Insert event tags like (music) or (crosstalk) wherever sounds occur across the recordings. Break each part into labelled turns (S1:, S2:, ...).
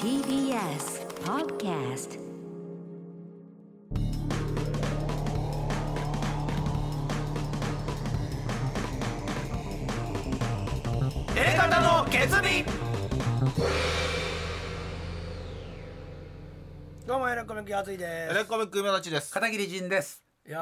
S1: TBS Podcast
S2: 方の決意
S3: どうもエレコミックやついで
S2: エレコミック目立ちです
S4: 片桐仁です。
S3: すいや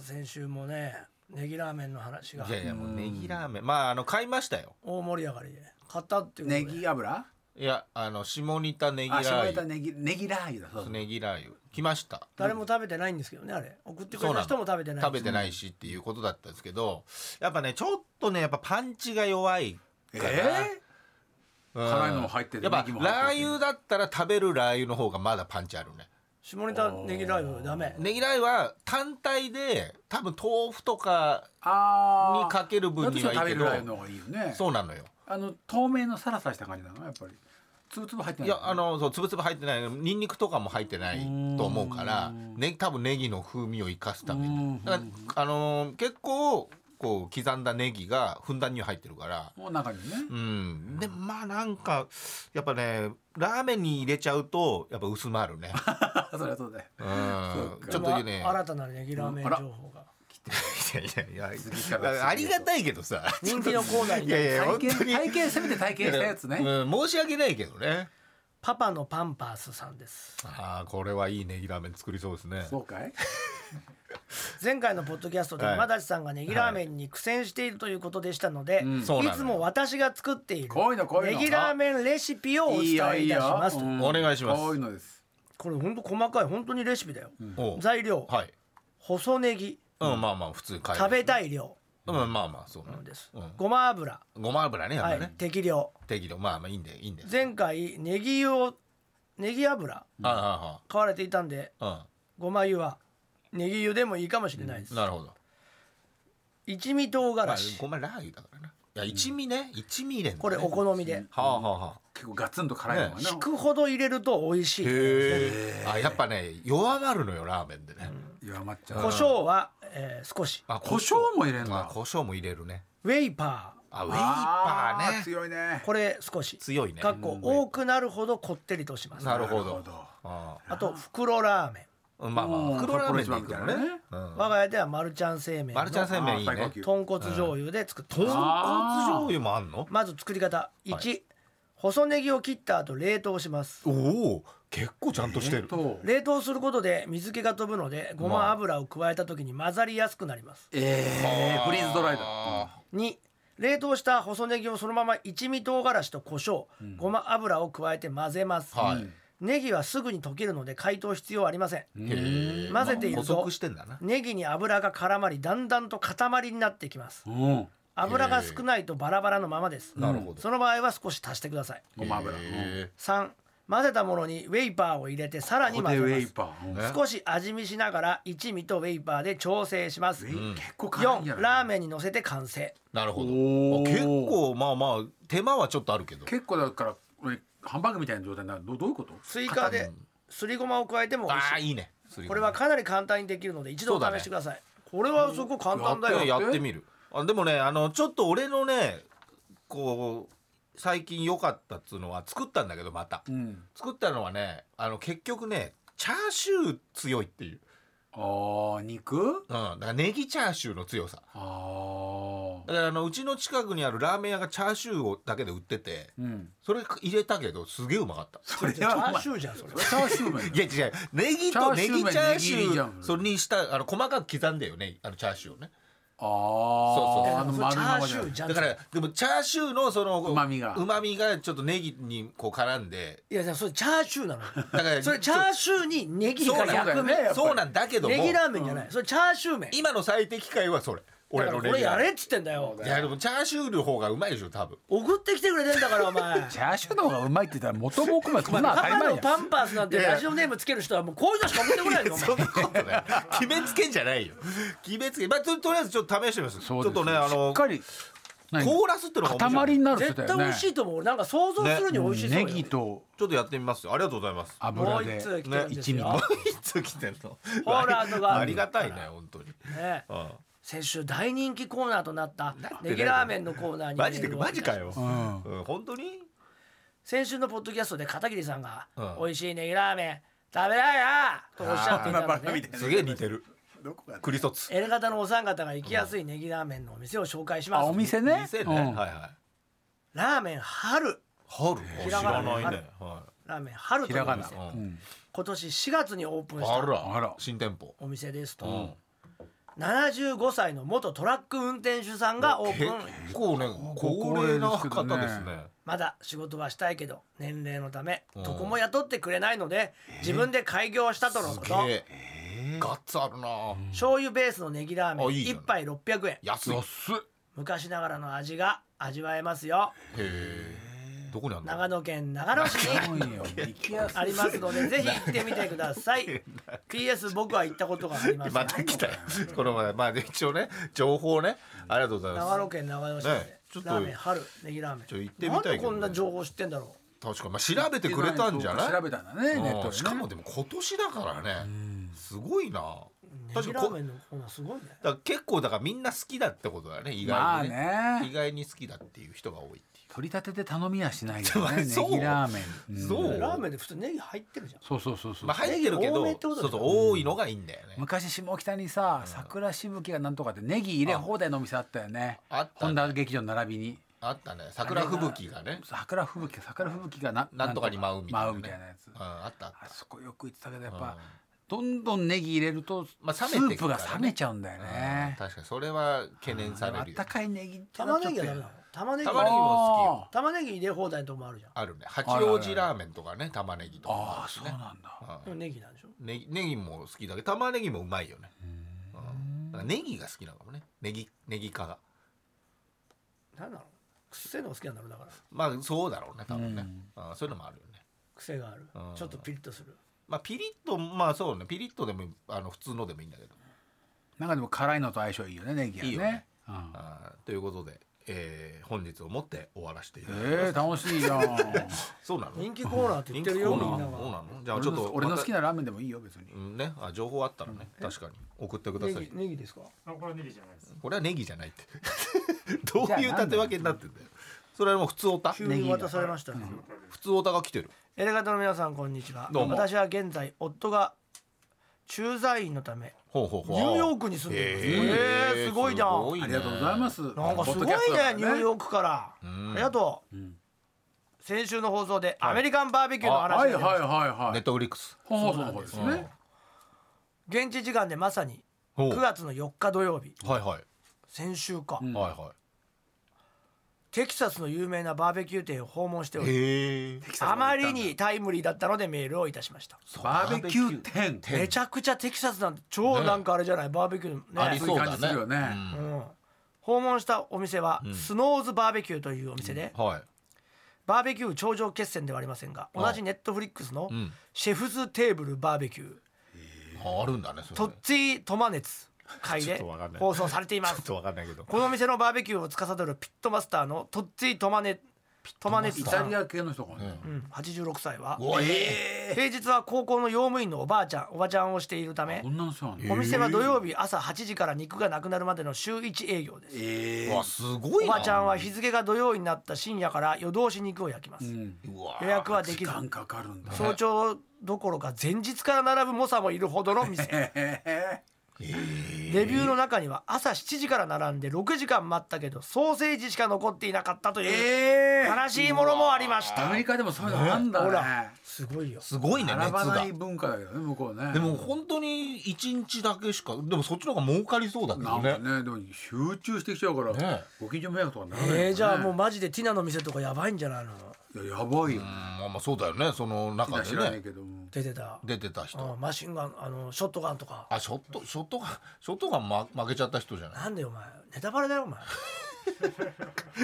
S3: ー先週もねネギラーメンの話が
S2: いやいやもうネギラーメンまああの買いましたよ
S3: 大盛り上がりで買ったっていうことで
S4: ネギ油？
S2: いやあの下ネタネギラ
S4: あ、絞
S2: ー
S4: れた
S2: 油
S4: ネギネギラー油だ。そうそう
S2: ネギラー油来ました
S3: 誰も食べてないんですけどねあれ送ってく
S2: そう
S3: れ
S2: な
S3: た
S2: の
S3: 人も食べてない
S2: 食べてないしっていうことだったんですけどやっぱねちょっとねやっぱパンチが弱い
S4: え
S2: かな、うん
S4: 辛いのも入ってる
S2: やっぱ
S4: ネギも入って
S2: ラ
S4: る
S2: ー油だったら食べるラー油の方がまだパンチあるね
S3: 下ネタネギラー油ダメ
S2: ネギラー油は単体で多分豆腐とか
S4: ああ。
S2: にかける分には
S4: だとし
S2: いいけ
S4: たら食べる
S2: ど
S4: ラー油の方がいいよね。
S2: そうなのよ
S4: あの透明のサラサラした感じなのやっぱり。つぶつぶ入ってないいの。
S2: やあのそうつぶつぶ入ってないニンニクとかも入ってないと思うからね多分ネギの風味を生かすためにだからあのー結構こう刻んだネギがふんだんに入ってるから
S4: もう中にね。
S2: うんでもまあなんかやっぱねラーメンに入れちゃうとやっぱ薄まるね
S4: (laughs) そりゃそうだよ。
S2: うんちょっ
S3: でも
S2: とね
S3: あ新たなネギラーメン
S4: うんあら
S3: 情報が
S2: いやいやい
S4: 次から次へ
S2: や
S4: と
S2: ありがたいけどさ
S3: 人気のコーナー
S2: い
S3: に
S2: やいや
S4: 体
S2: 本当
S4: 験
S2: に
S4: 体験せめて体験したやつね。
S2: うん申し訳ないけどね
S3: パパのパンパースさんです
S2: あーこれはいいネギラーメン作りそうですね
S4: そうかい？
S3: 前回のポッドキャストで
S2: はい
S3: 今立さんがネギラーメンに苦戦しているということでしたので、
S4: うん
S2: そう
S3: い
S2: なのよ
S3: つも私が作っている
S4: こういうのこういう
S3: ネ
S4: の。
S3: ギラーメンレシピをお伝えいたしますと
S4: うん
S2: お願いします
S4: こういうのです。
S3: これほんと細かい本当にレシピだよ、
S2: おう
S3: 材料、
S2: はい
S3: 細ネギ
S2: うんまあまあ普通買える
S3: 食べたい量
S2: うん、まあまあそう
S3: な
S2: なん
S3: んです、
S2: うん
S3: ごま油、
S2: ごま油ね、やっ
S3: は
S2: ぱ
S3: い
S2: ね、、
S3: 適量
S2: 適量、まあまあいいんで、いいんで。
S3: 前回ネギをネギ油
S2: あ
S3: 買われていたんで
S2: あ、ああ、
S3: ごま油はネギ油でもいいかもしれないです、
S2: うん、なるほど。
S3: 一味唐辛
S2: まあ
S3: 子、
S2: ごまラー油だからな。いや、一味ね、一味入れんだね
S3: これお好みで
S2: はあ、はあ、は
S4: 結構ガツンと辛いのがね。
S3: 引くほど入れると美味しい
S2: あ。
S3: ですね
S2: へえ。あ、やっぱね、弱まるのよ、ラーメンでね。
S4: 弱まっちゃう。
S3: 胡椒は、えー少し
S2: あ、
S4: 胡椒も入れん
S2: あ
S4: だ、。
S2: 胡椒も入れるね。
S3: ウェイパ
S2: あ、ウェイ
S4: あ
S2: パ
S4: ー
S2: ーね。
S4: 強いね。
S3: ーこれ少し
S2: 強いね。
S3: かっこ多くなるほどこってりとします
S2: なるほ
S4: な
S2: ど
S4: るほ。ど
S2: あ
S3: あと袋ラーメン
S2: あ、うんまあまあ、
S4: うん
S2: 黒ラーメンでいくから
S4: 黒一番みたいな
S2: ね
S4: ね。
S2: うん
S3: 我が家ではマルちゃん製麺の
S2: マルちゃん製麺いい
S4: あー最
S2: ね
S4: 高。級
S3: 豚骨醤油で作ってま
S2: 豚
S3: す
S2: 骨醤油もあんの。
S3: まず作り方1、細ネギを切った後冷凍します
S2: おお、結構ちゃんとしてる。
S4: と
S3: 冷凍することで水気が飛ぶのでごま油を加えた時に混ざりやすくなります
S4: えー、フリーズドライだ。
S3: 2冷凍した細ネギをそのまま一味唐辛子と胡椒、ごま油を加えて混ぜます、
S2: はい
S3: ネギはすぐに溶けるので解凍必要はありません、
S2: へえ
S3: 混ぜていると
S2: まあ補足してんだな。
S3: ネギに油が絡まりだんだんと塊になってきます
S4: うん。
S3: 油が少ないとバラバラのままです
S2: なるほど
S3: その場合は少し足してください
S4: ごま油。うん
S2: へ
S3: 3混ぜたものにウェイパーを入れてさらに
S4: こ
S3: 混
S4: こで
S3: ぜ
S4: ウェイ
S3: ます
S4: パー。うん
S2: ね
S3: 少し味見しながら一味とウェイパーで調整します、
S4: ウェイ結構辛いんじゃ
S3: 4ラ
S4: な
S3: ー
S4: い
S3: メンに乗せて完成
S2: なるほど。
S4: おー
S2: あ結構まあまあ手間はちょっとあるけど。
S4: 結構だからこれハンバーグみたいな状態になるどどういうこと
S3: 追加ですりごまを加えても美味
S2: ああ
S3: し
S2: いいね。
S3: いこれはかなり簡単にできるので一度お試してください、これはすごく簡単だ
S2: い
S3: よ
S2: ややってみる。あでもねあのちょっと俺のねこう最近良かったっつうのは作ったんだけどまた
S4: うん
S2: 作ったのはねあの結局ねチャーシュー強いっていう。
S4: あー肉
S2: うん。だからネギチャーシューの強さ。
S4: あー
S2: だからあのうちの近くにあるラーメン屋がチャーシューをだけで売ってて。
S4: うん
S2: それ入れたけどすげえうまかった。
S4: それ
S3: チャ
S4: はうま
S3: ー
S4: い
S3: シューじゃんそれ
S4: それチャーシュー麺
S2: いや違うネギとネ
S4: チャーシュー
S2: ギ
S4: 麺
S2: チャーシ
S4: ネギ入りじ
S2: ュ
S4: ゃ
S2: ー
S4: ん
S2: それにしたあの細かく刻んでよねあのチャーシューをね
S4: あー
S2: そうそう
S4: あの
S3: それチ
S4: 丸い
S3: ャ
S4: ま
S3: ー
S4: ま
S3: シ
S4: じ
S3: ュ
S4: ゃ
S3: ーじゃん
S2: だからでもチャーシューのその
S4: うまみが
S2: うまみがちょっとネギにこう絡んで
S3: いやじゃあそれチャーシューなのよ
S2: だから
S3: それチャーシューにネギが
S4: そう
S3: 薬
S4: なん
S3: 味
S4: だよねやっぱり
S2: そうなんだけども
S3: ネギラーメンじゃない、それチャーシュー麺
S2: 今の最適解はそれ
S3: だ
S2: 俺
S3: から
S2: の
S3: こ
S2: ネ
S3: れ
S2: ギ
S3: や
S2: ラー
S3: れ
S2: メ
S3: っつってんだよ
S2: ンいやでもチャーシューの方がうまいでしょ多分
S3: 送ってきてくれてんだからお前
S4: チャーシューの方がうまいって言ったら元も奥までそんなの当た
S3: パ
S4: り
S3: パ
S4: 前じゃん
S3: のパンパースなんて
S2: いや
S3: ラジオネームつける人はもうこういうのしか送ってこないよお前
S2: そんなことない (laughs) 決めつけんじゃないよ決めつけまあととりあえずちょっと試してみますち
S4: そ
S2: ょ
S4: う
S2: っ
S4: です
S2: とねあ
S4: し
S2: の
S4: っかり
S2: コーラスってのが面白い
S4: 塊になるって
S3: 絶
S4: 言って
S3: 対
S4: た
S3: 美
S4: よね
S3: 味しいと思う俺なんか想像するに美味しそう
S4: ネ
S3: よ、
S4: ギと
S2: ちょっとやってみますよありがとうございます
S3: も
S4: 油
S3: う一
S4: で
S3: 通来てるんですよ、
S2: もういつ来てんの
S3: ホーラーとか
S2: ありがたいね本当に
S3: ね
S2: うん
S3: 先週大人気コーナーとなった
S2: なってない
S3: ネギラーメンのコーナーに
S2: マジで
S3: メールを
S2: マジかよ、
S4: ん
S2: うん、本当に
S3: 先週のポッドキャストで片桐さんが
S2: う
S3: 「
S2: ん
S3: 美味しいネギラーメン食べなや!」とおっしゃっていた
S4: バ
S3: の
S4: カみた
S3: で
S4: いな
S2: すげえ似てる
S4: どこが
S2: 栗卒
S3: L 型のお三方が行きやすいネギラーメンのお店を紹介しま
S4: あ
S3: す
S4: お店ね
S2: 店ね、
S4: うん
S2: はいはい
S3: ラーメン春
S2: 春
S3: ひ
S2: 知
S3: ら
S2: ら
S3: がな
S2: な
S3: の
S2: いね、は
S3: ラーメン春と
S4: ひ
S3: い
S4: ら
S3: う
S4: が
S3: お
S4: な
S3: 店、
S2: う
S4: うんん、
S3: 今年4月にオープン
S2: い、
S3: し
S2: あ
S3: た
S2: ら
S4: あら
S2: 新店舗、
S3: お店ですと、
S2: うん、
S3: 75歳の元トラック運転手さんがオープ
S2: 結
S3: ン
S2: 構ね高齢な方ですね
S3: まだ仕事はしたいけど年齢のため
S2: うん
S3: どこも雇ってくれないので自分で開業したとの
S2: す
S3: こと
S2: げえ、ガッツあるな、
S3: 醤油ベースのネギラーメン
S2: あいいじゃ
S3: 1
S2: ない
S3: 杯600円
S2: 安いへ
S3: 昔ながらの味が味わえますよ
S2: えどこにあるの
S3: 長野県長野市
S2: (laughs)
S3: に
S4: いいよ行きやすい
S3: ありますのでぜひ行ってみてください PS 僕は行ったことがあ
S2: (laughs)
S3: りません
S2: また来たよこの前まあ一応ね情報ねありがとうございま
S3: 長
S2: す
S3: 野県長野市で、
S2: ねちょっと
S3: ラーメン春ネギラーメン
S2: ちょっと行ってみたいけどね
S3: なんでこんな情報知ってんだろ
S2: 確かに、まあ、調べてくれたんじゃない
S4: 調べたんだねネットで
S2: う
S4: ね
S2: んしかもでも今年だからねすごいな
S3: うネギ
S2: 確
S3: ラ
S2: か
S3: ー
S2: にこ
S3: メ
S2: だ
S3: ンのコーナーすごいね
S2: から結構だからみんな好きだってことだね意
S4: まあ
S2: 外にね,、意
S4: ね
S2: 外に好きだっていう人が多いっていう
S4: 取り立てて頼みはしないよねネ
S2: そう
S4: ギラーメンん
S2: そう
S3: ラーメンで普通ネギ入ってるじゃん
S4: そうそうそうそう
S2: まあ入ってるけ
S3: 多
S2: ど
S3: めってことだ
S2: そう
S3: よ
S2: そう多いのがいいんだよね、
S4: 昔下北にさ桜しぶきがなんとかってネギ入れ放題のお店あったよね
S2: あった
S4: 本田劇場の並びに
S2: あったね桜吹雪がね
S4: 桜吹雪桜吹雪がな
S2: なんとかに舞うみたいなね、
S4: 舞うみたいなやつ
S2: うん、あったあっ
S4: あ
S2: た
S4: そこよく行ってたけどやっ
S2: う
S4: ぱ
S2: ん
S4: どんどんネギ入れるとス
S2: まあ冷めて
S4: ー
S2: く
S4: プ
S2: から
S4: が
S2: ね
S4: 冷めちゃうんだよ
S2: うん
S4: ね
S2: 確かにそれは懸念されるよ
S4: あったかいネギって
S3: 玉
S4: なっ
S3: ねぎ
S4: ちゃっ
S3: は
S4: て
S3: ダメなの玉ねぎ
S2: 玉ねぎも好きよ
S4: あ
S3: 玉ねぎ入れ放題のとこもあるじゃん
S2: あるね八王子ラーメンとかね玉ねぎとかも
S4: あ
S2: る
S4: ー
S2: し
S4: そう
S2: ね
S4: なんだ
S3: でもネギなんでしょ
S2: うんねネギも好きだけど玉ねぎもうまいよねうんだからネギが好きなのかもねネギネギ科が
S3: 何なの癖の好きなんだろうだから
S2: まあそうだろうね多分ねうんそういうのもあるよね
S3: 癖がある
S2: うん
S3: ちょっとピリッとする
S2: まあピリッとまあそうねピリッとでもあの普通のでもいいんだけど
S4: なんかでも辛いのと相性いいよねネギはね
S2: いいよね
S4: うん
S2: あーということでえー本日をもって終わらせていただきま
S4: え
S2: す
S4: ー、楽しいじゃん
S2: そうなの
S3: 人気コーナーって言ってるよ
S2: (laughs) 人
S3: み
S2: 気
S3: ん
S2: コー
S3: な
S2: ナーそう
S3: が
S2: なのじゃあ
S4: 俺
S2: ちょっ
S4: の
S2: と
S4: 俺の
S2: ま
S4: 好
S2: た
S4: きなラーメンでもいいよ別に
S2: うんね、あ情報あったらね、確かに送ってくだ
S3: ネ
S2: さい
S3: ギネギですか
S5: あこれはネギじゃないです。
S2: これはネギじゃないってどう
S4: じゃあ
S2: いう立て分けになってんだよそれはもう普通オタ
S3: 急に渡されましたね
S2: 普通オタが来てる
S3: エレガタの皆さんこんにちは
S2: どうも
S3: 私は現在夫が駐在員のため
S2: ほうほうほう
S3: ニューヨークに住んでいます
S2: へ
S3: えーすごいじゃん
S2: ね
S4: ありがとうございます
S3: なんかすごいねニュー
S4: ー
S3: ヨークから
S2: ん
S3: ありがとう先週の放送でアメリカンバーベキューの話が
S4: はい
S3: 出て
S4: は
S3: ま
S4: い
S3: した
S4: はいは
S2: ネッ
S4: い
S2: トフリックス
S4: 本放送の方です
S2: うん
S4: ね
S3: 現地時間でまさに
S2: ほう
S3: 9月の4日土曜日
S2: はいはい、
S3: 先週か
S4: うん
S2: はいは
S3: テキサスの有名なバーベキュー店を訪問してお
S2: い
S3: り
S2: へえ
S3: あまりにタイムリーだったのでメールをいたしました
S4: バーベキュー店
S3: めちゃくちゃテキサスなんて超なんかあれじゃない、バーベキューね
S2: あり
S4: そ
S2: そう
S4: いう
S2: う
S4: 感じす
S2: だね
S4: るよね
S3: うん訪問したお店は、スノーズバーベキューというお店で、
S2: はい
S3: バーベキュー頂上決戦ではありませんが同じネットフリックスの
S2: ん
S3: シェフズテーブルバーベキュー、
S2: ああるんだねそれ
S3: トッツィトマネツ会
S2: (laughs) ちょっ
S3: で
S2: とわかんない
S3: 放送されていま
S2: ちょっ
S3: す
S2: とわかんないけど
S3: この店のバーベキューを司るピットマスターのトッツィトマネトマネツ
S4: イ
S3: さ
S4: タ
S3: ん
S4: リア系の人がね
S3: うん、86歳は
S2: おえ
S3: 平日は高校の用務員のおばあちゃんおばちゃんをしているため
S4: 女の人なんだ
S3: お店は土曜日朝8時から肉がなくなるまでの週1営業です
S2: ー、うわすごい
S3: お
S2: な
S3: ばちゃんは日付が土曜になった深夜から夜通し肉を焼きます、
S2: うわ
S3: 予約はで
S4: 時
S3: きず
S4: 間かかるんだ
S3: 早朝どころか前日から並ぶ猛者もいるほど
S4: (laughs)
S3: の店レビューの中には朝7時から並んで6時間待ったけどソーセージしか残っていなかったという
S4: ええ
S3: 悲しいものもありました
S4: アメリカでもそういうのあんだ
S3: ほ
S4: ね
S3: らすごいよ
S2: すごいね熱
S4: 並ばな
S2: が
S4: い文化だけどね向こうね
S2: でも本当に一日だけしかでもそっちの方が儲かりそうだけ
S4: な
S2: ど
S4: んか
S2: ね
S4: ねでも集中してきちゃうから、
S2: ね
S4: ご近所迷惑とかならないのかね
S3: えー、じゃあもうマジでティナの店とかやばいんじゃないの
S4: いややばいよ、ね
S2: うんまあまあそうだよねその中
S4: 知
S2: で
S4: らない
S2: ね
S4: けども
S3: 出てた
S2: 出てた人
S3: うんマシンガンあのショットガンとか
S2: あショットショットガンショットガン、ま、負けちゃった人じゃな
S3: なんでお前ネタバレだよお
S2: (laughs)
S3: 前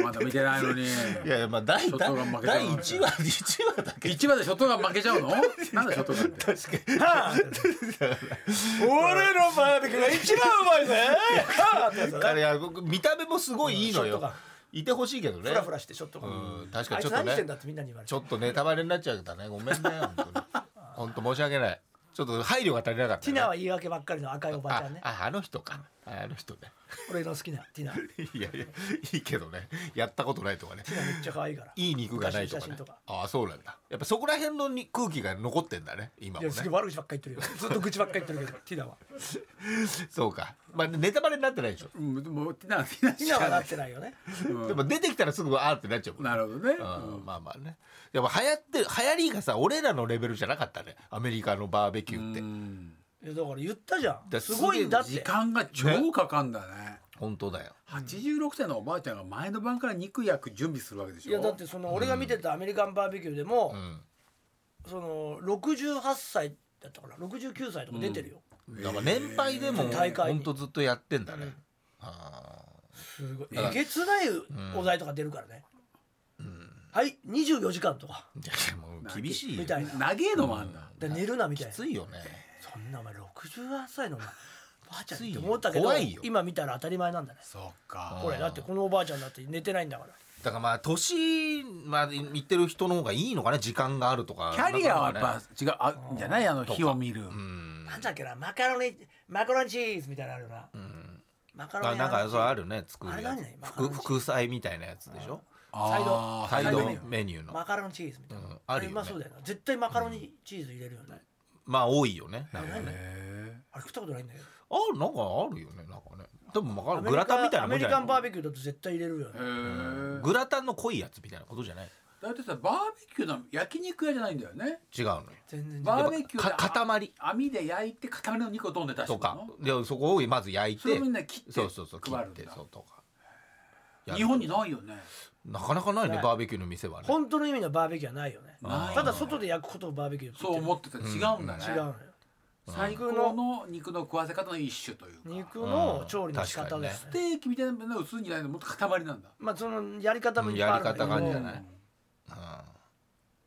S4: まだ見てないの
S3: (laughs)
S4: に
S2: いいやいやまあ第
S4: ショットガン負けちゃう
S2: 第1話1話だけ
S4: 一番でショットガン負けちゃうのなんでショットガンって
S3: (laughs) 俺のバーベキューが一番うまいぜ
S2: あれいや僕見た目もすごいいい
S3: シ
S2: の
S3: ョットガ
S2: よ
S3: ン
S2: いてほしいけどね
S3: フラフラしてショットガ
S2: う
S3: ン
S2: ん確か
S3: あ
S2: に
S3: い
S2: ちょ
S3: つ
S2: っと
S3: 何してんだ
S2: ね
S3: ってみんなに言われ
S2: ち
S3: て
S2: ょっとネタバレになっちゃうけどねごめんね本当に
S3: (laughs)
S2: 本当申し訳ないちょっと配慮が足りなかったね
S3: ティナは言い訳ばっかりの赤いおばちゃんね
S2: あああの人かあの人ね (laughs)
S3: 俺の好きなティナテ
S2: いやいやいいけどねやったことないとかね
S3: ィナめっちゃ可愛いから
S2: いい肉がないとか,、
S3: 昔
S2: ね
S3: の写真とか、
S2: ああそうなんだやっぱそこら辺のに空気が残ってんだね今
S3: い
S2: もね
S3: やすげえ悪口ばっかり言ってるよずっと愚痴ばっかり言ってるけどティナは
S2: そうかまあネタバレになってないでしょ、
S4: うんもうティナティナし
S3: ティナは
S4: か
S3: な
S4: な
S3: っ
S4: い
S3: てないよね
S4: うん
S2: でも出てきたらすぐあーってなっちゃうもんね
S4: なるほどね
S2: うんまあまあねやっぱ流行ってる流行りがさ俺らのレベルじゃなかったねアメリカのバーベキューって、
S4: うん
S3: いやだから言ったじゃ
S2: ら
S3: んすごいんだっ
S4: 時
S3: て
S4: 間が超かかんだね
S2: 本当だよ
S4: 86歳のおばあちゃんが前の晩から肉焼く準備するわけでしょ
S3: いやだってその俺が見てたアメリカンバーベキューでも
S2: う、ん
S3: その68歳だったかな69歳とか出てるよ、
S2: だから年配でも
S3: 大会に
S2: 本当ずっとやってんだね、
S3: うん
S2: あ
S3: すごいえげつないお題とか出るからね、はい24時間とか
S2: ーいやいやもう厳しいよ
S3: みたいな
S4: 長えのもあんだ、
S3: で寝るなみたいな
S2: きついよね
S3: そんなお前68歳のお前ばあちゃん
S2: きつ
S3: っ
S2: い
S3: て
S2: よ
S3: 思ったけど
S2: 怖いよ
S3: 今見たら当たり前なんだね
S4: そうか
S3: これだってこのおばあちゃんだって寝てないんだから
S2: だからまあ年まあ行ってる人の方がいいのかな時間があるとか
S4: キャリアはやっ
S2: なんか
S4: ぱ違うあじゃないあの
S2: とか
S4: 火を見る、
S2: ねうん
S3: なんだっけなマカロニマカロニチーズみたいなのあるよな、マカロ
S2: あ
S3: ニ
S2: なんかそれあ
S3: る
S2: るね作る
S3: あ
S2: や
S3: れ
S2: つ
S3: 何
S2: 副副菜みたいなやつでしょ
S4: あー
S2: サイ
S3: サイ
S2: ド
S3: ドメニ
S2: メニューの
S3: マカロニチーズみたいな、
S2: うんあるよ
S3: れ
S2: ね
S3: うまそうだよな絶対マカロニチーズ入れるよね、
S2: まあ多いよねなんか
S3: あれ何
S4: へ
S3: あれ食ったことないんだけど
S2: あるなんかあるよねなんかねでもまあ
S3: アメリカ
S2: グラタンみたいな
S3: ア
S2: も
S3: メ
S2: んじ
S3: リ
S2: ゃな
S3: カ
S2: い
S3: ンバーベキューだと絶対入れるよね、
S4: え
S2: グラタンの濃いやつみたいなことじゃない
S4: だってさバーベキューの焼肉屋じゃないんだよね
S2: 違うのよ
S3: 全然違う
S4: バーベキューで
S2: か塊
S4: 網で焼いて塊の肉をどんで出して
S2: と
S4: くる
S2: か
S4: の
S2: でそこをまず焼い
S4: それ
S2: て
S4: みんな切って
S2: そうそうそう切
S4: 配る
S2: っ
S4: ん
S2: て
S4: だ
S2: そうとか
S4: 日本に
S2: な
S4: ないよね
S2: なかなかないね
S3: ね
S2: バーベキューの店はね
S3: 本当の意味のバーベキューはないよね
S4: ないよね
S3: ただ外で焼くことをバーベキューって言
S4: そう思ってた違うんだね
S3: る違うのよ
S4: 最高の肉の食わせ方の一種というか
S3: 肉の調理の仕方
S2: うん
S3: だよ
S2: 確
S4: ステ
S3: ね
S4: ーキみたいなの薄いんじゃないのもっと塊なんだ
S3: まあそのやり方もいっぱいあ
S2: や
S3: る
S2: り
S3: んだけど
S2: 方があるんじゃない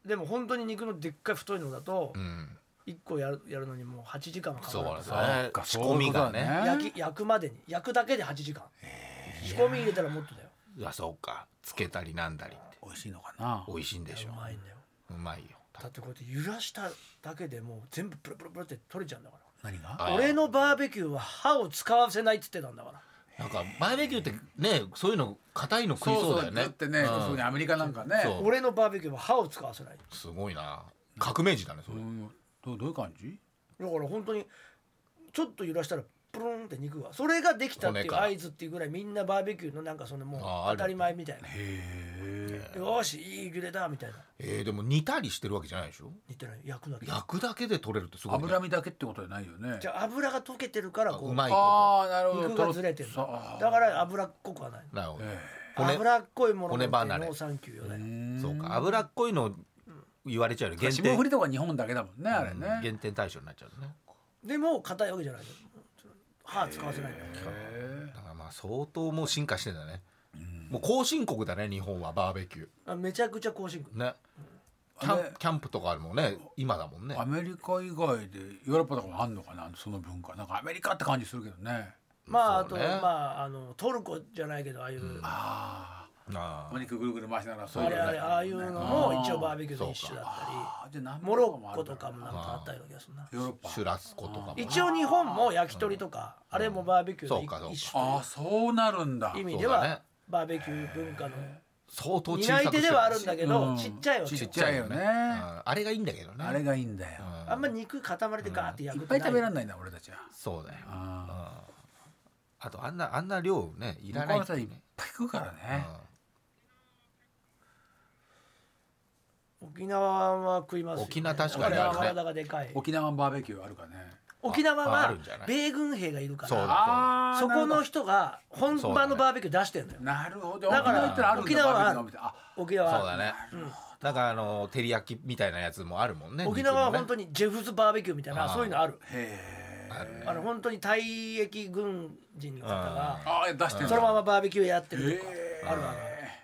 S3: でも本当に肉のでっかい太いのだと
S2: うんうん
S3: 一個やるやるのにもう8時間はか
S2: そう
S3: かる
S2: だね仕込みがね
S3: 焼き焼くまでに焼くだけで8時間仕込み入れたらもっとだよ
S2: いやそうかつけたりなんだりって
S4: 美味しいのかな
S2: 美味しいんでし
S3: う
S2: ょ
S3: まいんだよ
S2: うまいよ
S3: だってこうやって揺らしただけでもう全部プルプルプルって取れちゃうんだか
S4: 何が
S2: あ
S3: ら俺のバーベキューは歯を使わせないっつってたんだから
S2: なんかバーベキューってねそういうの硬いの食い
S4: そう
S2: そ
S4: そう
S2: うだ
S4: だ
S2: よ
S4: っ
S2: ね
S4: てね
S2: うん
S4: そうねアメリカなんかね
S2: そう
S3: 俺のバーベキューは歯を使わせない
S2: すごいな革命児だねそれ
S4: うんどうどういう感じ
S3: だから本当にちょっと揺らしたらプルンって肉がそれができたっていう
S2: 骨から
S3: 合図っていうぐらいみんなバーベキューのなんかそのもう
S2: あある
S3: 当たり前みたいな
S4: へえ
S3: よーしいいグレだみたいな
S2: えーでも煮たりしてるわけじゃないでしょ
S3: 似てない焼くだけ
S2: 焼くだけで取れるってすごいね
S4: 脂身だけってことじゃないよね
S3: じゃあ油が溶けてるからこ
S2: うま
S3: う
S2: い
S4: ああなるほど
S3: 肉がずれてる
S4: とろっと
S3: だから脂っこくはない
S2: なるほど
S4: え
S2: 骨
S3: 脂っこいものって
S2: 骨離れ
S3: ノーサンキューよね
S2: そうか脂っこいの言われちゃうよ
S4: え
S2: 限
S4: 霜
S2: 定
S4: 降りとか日本だけだもんねあれ
S2: うん
S4: ね
S2: 減点対象になっちゃうね
S3: でも硬いわけじゃないよ歯使わせないから
S4: へ
S2: だからまあ相当もう進化してんだねもう後進国だね日本はバーベキュ
S3: あめちゃくちゃ更新
S2: ーねキャ
S4: あれ
S2: ンキャンプとかもね今だもんね
S4: えアメリカ以外でヨーロッパとかもあんのかなその文化なんかアメリカって感じするけどね
S3: まああ
S2: そ
S3: と
S2: う
S3: ま
S2: ね
S3: ああのトルコじゃないけどああいう
S4: あ
S2: あ
S4: あ
S2: ー
S4: お肉ぐるぐる回しながらそうい
S3: あ
S4: う
S3: れあれああいうのも一応バーベキューの一種だったり
S4: あーじゃあ南米
S3: モロッコと
S4: とか
S3: か
S4: も
S3: も
S4: あ
S3: なんかあったような気がするな
S4: るヨーロッパ
S2: シュラスコとかも
S3: 一応日本も焼き鳥とかあれもバーベキュー
S2: そうかそう
S3: の
S2: か
S3: 一
S4: ああ
S3: 種
S4: そうなるんだ
S3: という意味
S2: そう
S3: で
S2: だね
S3: はバーベキュー文化の
S2: 相当小さ
S3: 担
S2: く
S3: い手ではあるんだけ
S4: う
S3: ど
S4: ん
S3: ちっちゃいわけ
S4: ち
S3: よ
S4: っちゃいよね
S2: うんあれがいいんだけどね
S4: あれがいいんだよ
S2: うん
S3: あんま肉塊でガーって焼
S4: い
S3: く
S4: っぱい食べら
S3: い
S4: んないな俺たちは
S2: そうだよ
S4: あ
S2: あとあんなあんな量ねい
S4: ー
S2: ら
S4: 向こう
S2: ない
S4: の
S2: って
S4: 人
S2: い
S4: いうっ
S2: ね
S4: ぱい食うから
S2: う
S4: ね
S2: ん
S3: 沖縄は食いますよね
S2: 沖縄確か
S4: にあるね
S3: 沖縄は体がでかい
S4: 沖縄バーベキューあるかね
S3: 沖縄
S2: ああ
S3: は
S2: るんじゃない
S3: 米軍兵がいるか
S2: そう
S3: ら
S4: ー
S3: そこの人が本場のバーベキュー出してんのよ
S4: なるほど
S3: だか
S4: 沖縄
S3: ら
S4: 行ったらあるんだ
S3: 沖縄はある
S4: バーベキューのお店あ
S3: 沖縄
S2: そうだねなんかあの照り焼きみたいなやつもあるもんね
S3: 沖縄は本
S2: に
S3: 当にジェフズバーベキューみたいなそういうのある
S4: へ
S2: あるね
S3: あの本当に退役軍人の方が
S4: えあー出してん
S3: その
S4: だ
S3: ままバーベキューやってるとか
S4: へ
S3: あるある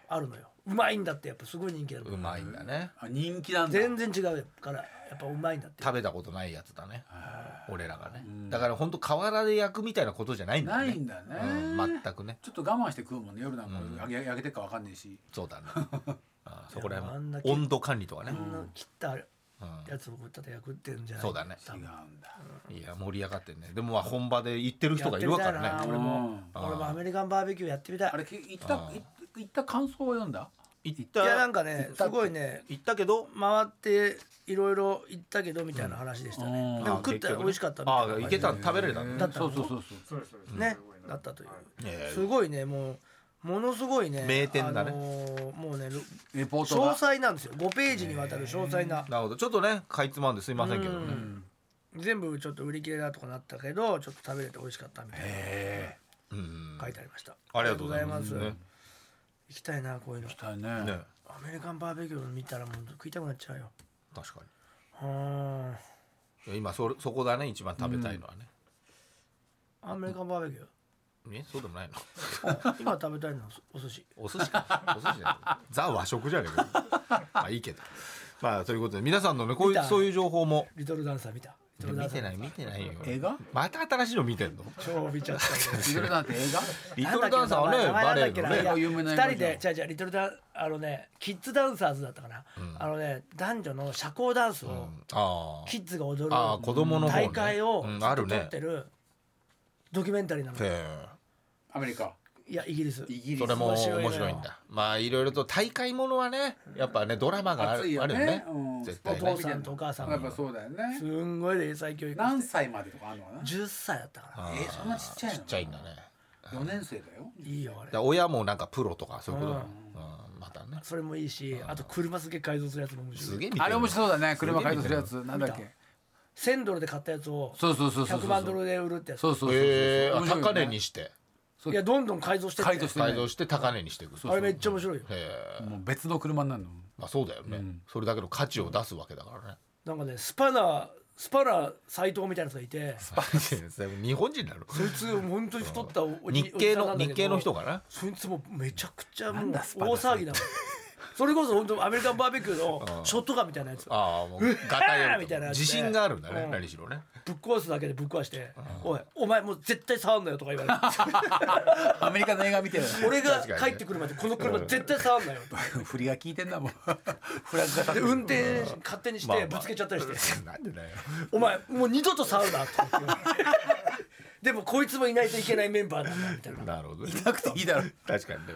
S3: あるのようまいんだってやっぱすごい人気だ
S2: うまいんだね
S4: あ人気なんだ
S3: 全然違うからやっぱうまいんだって
S2: 食べたことないやつだね俺らがねだから本当河原で焼くみたいなことじゃないんだね
S4: ないんだね
S2: うん全くね
S4: ちょっと我慢して食うもんね夜なんか焼け焼けてっかわかんねえし
S3: (laughs)
S2: そうだねあそこら
S3: いやあん
S2: 辺
S3: な
S2: も
S3: き
S2: 温度管理とかね
S3: あんな切ったやつをこうただ焼くってんじゃない
S2: そうだね
S3: 多分
S4: んだ
S2: いや盛り上がってんねでもまあ本場で行ってる人がいるわか
S3: やっ
S2: ら
S3: て
S2: ね
S3: みたいな俺も
S2: うん
S3: 俺もアメリカンバーベキューやってみたい
S4: あれ行った
S2: あー
S4: 行行った感想を読んだ
S2: 行っ
S3: いやな
S2: た
S3: んかねすごいね
S2: 行ったけど
S3: 回っていろいろ行ったけどみたいな話でした
S4: う
S3: ね、
S4: ん
S3: でも
S2: あ
S3: 食ったら
S2: 結局ね
S3: 美味しかったみ
S2: あ
S3: たいな
S2: 行けた食べれたね
S3: だった
S4: そ
S3: の
S4: うそうそうそう
S5: そうですそうです。
S3: ね
S5: すごいな
S3: だったという、
S2: えー
S3: すごいねもうものすごいね
S2: 名店だね
S3: あのーもうねろ
S4: レポート
S3: 詳
S4: が
S3: 細なんですよ5ページにわたる詳細な、
S2: なるほどちょっとねかいつまんですいませんけどね
S3: うん全部ちょっと売り切れだとかなったけどちょっと食べれて美味しかったみたいな
S4: え
S2: うん
S3: 書いてありました
S2: ありがとうございます
S3: ありがとうござい
S2: ね
S3: ます行きたいなこういうの
S4: ーしたいね
S2: ね
S3: アメリカンバーベキュー見たらもう食いたくなっちゃうよ
S2: 確かに
S3: うーん
S2: いや今それそこだね一番食べたいのはね
S3: アメリカンバーベキュー
S2: えそうでもないの (laughs)
S3: あ今食べたいのはお寿司
S2: お寿司かお寿司じゃないザ和食じゃねえか
S4: (laughs)
S2: まあいいけどまあということで皆さんのねこうい
S3: 見
S2: う
S3: た
S2: そういう情報も
S3: リトルダンサー見たリトルダ
S2: 見
S3: ンサ
S2: て
S3: ー
S2: ない見てないよ
S4: 映画
S2: また新しいの見てんの
S3: 超見ちゃったんで
S4: いろいろなんて映画
S2: リトルダンサーはね
S3: なんだ
S2: バ
S3: っ
S2: レ
S3: け
S2: エの
S3: 名前な
S2: ね
S3: んだっけ
S4: 有名な映
S3: な
S4: 画
S3: 2人でじゃあじゃあリトルダンあのねキッズダンサーズだったかな、あのね男女の社交ダンスを、
S2: うんあ
S3: キッズが踊る
S2: ああ子供の方ね
S3: 大会を
S2: うんあ
S3: 撮
S2: るね
S3: ってるドキュメンタリーなの
S2: あへ
S4: (laughs) アメリカ
S3: いやイギリス
S4: イギリ
S2: え
S4: ス
S2: それも
S3: 面白いね
S2: 面白いんだまあいろいろと大会ものはねやっぱねドラマがある
S4: 熱いよ
S2: あるよね
S4: ねうん
S2: 絶
S3: お
S2: 対ね
S3: 父さんとお母さん
S4: やっ
S3: が
S4: ぱそうだよね
S3: すんごい英才教育
S4: 何歳までとかあるのかな
S3: 10歳だったかな
S2: ああ
S4: えそんなちっちゃいの
S2: ちっちゃいんだね
S4: 4年生だよ
S3: いいよあれ
S2: で親もなんかプロとかそういうことだねうんまたね
S3: それもいいしあと車すげえ改造するやつも面白
S2: す
S3: い
S2: げえ見てる
S4: あれ面白そうだね車改造するやつなんだっけ
S3: 1000ドルで買ったやつを
S4: そうそうそうそう
S3: 100万ドルで売るってやつ
S4: そうそうそうそう
S2: ええあ
S4: 面白いよ
S2: 高
S4: ね
S2: 値にして
S3: いやどんどん改造してって
S4: 改造してね
S2: 改造して高値にしていく
S3: あれめっちゃ面白いよ
S2: へえ
S4: もう別の車になるの
S2: まあそうだよねそれだけの価値を出すわけ
S3: (laughs)
S2: だからね
S3: なんかねスパナスパナ斎藤みたいなやつがいて
S2: 日本人なの
S3: そいつ本当に太ったおじ
S2: 日
S3: おじ
S2: 系
S3: さ
S2: の
S3: んなんだけど
S2: 日系の人かな
S3: そいつもめちゃくちゃも
S4: な
S3: うん大
S4: だスパナ
S3: 騒ぎだもんそれこそ本当アメリカンバーベキューのショットガンみたいなやつぶ
S2: ああもうガタイある
S3: みたいなやつで
S2: 自信があるんだ
S3: う
S2: ね
S3: ん
S2: 何しろね
S3: っ壊すだけでぶっ壊して「おいお前もう絶対触んなよ」とか言わ
S2: (laughs)
S4: アメリカの映画見てる
S3: れて俺が
S2: 確かにね
S3: 帰ってくるまでこの車絶対触ん
S2: (laughs)
S3: なよと
S4: 振りが効いてんだもん (laughs) フラッグが立って
S3: で
S4: る
S3: 運転勝手にし
S2: まあ
S3: て
S2: まあ
S3: ぶつけちゃったりして
S2: (laughs) なんでだよ
S3: 「お前もう二度と触るな」って言って
S2: (laughs)
S3: でもこいつもいないといけないメンバーなんだみたいな
S2: なるほどね
S4: いなくていいだろ
S2: 確かにね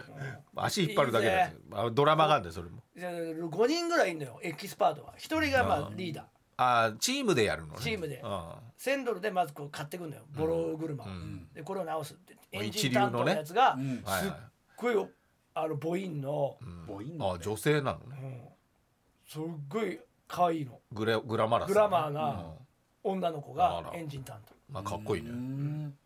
S2: 足引っ張るだけだよあドラマがあるんだよそれも
S3: じゃあ5人ぐらいいんのよエキスパートは1人がまあリーダー
S2: ああチームでやるのね
S3: チームで
S2: あ
S3: 1000ドルでまずこう買ってくんだよボロ車を、でこれを直すって
S2: もう
S3: エンジ
S2: 一
S3: ン
S2: 流の
S3: 担当
S2: ね
S3: のやつが
S4: ん
S2: あはい
S3: すっ
S2: はい
S3: ごいよあのボインの、
S4: ボイン
S2: ああ女性なのね
S3: すっごい可愛いの
S2: グラグラマラス
S3: グ
S2: ね
S3: ラマーな女の子
S2: あ
S3: が
S2: ら
S3: エンジン担当
S2: まあかっこいいね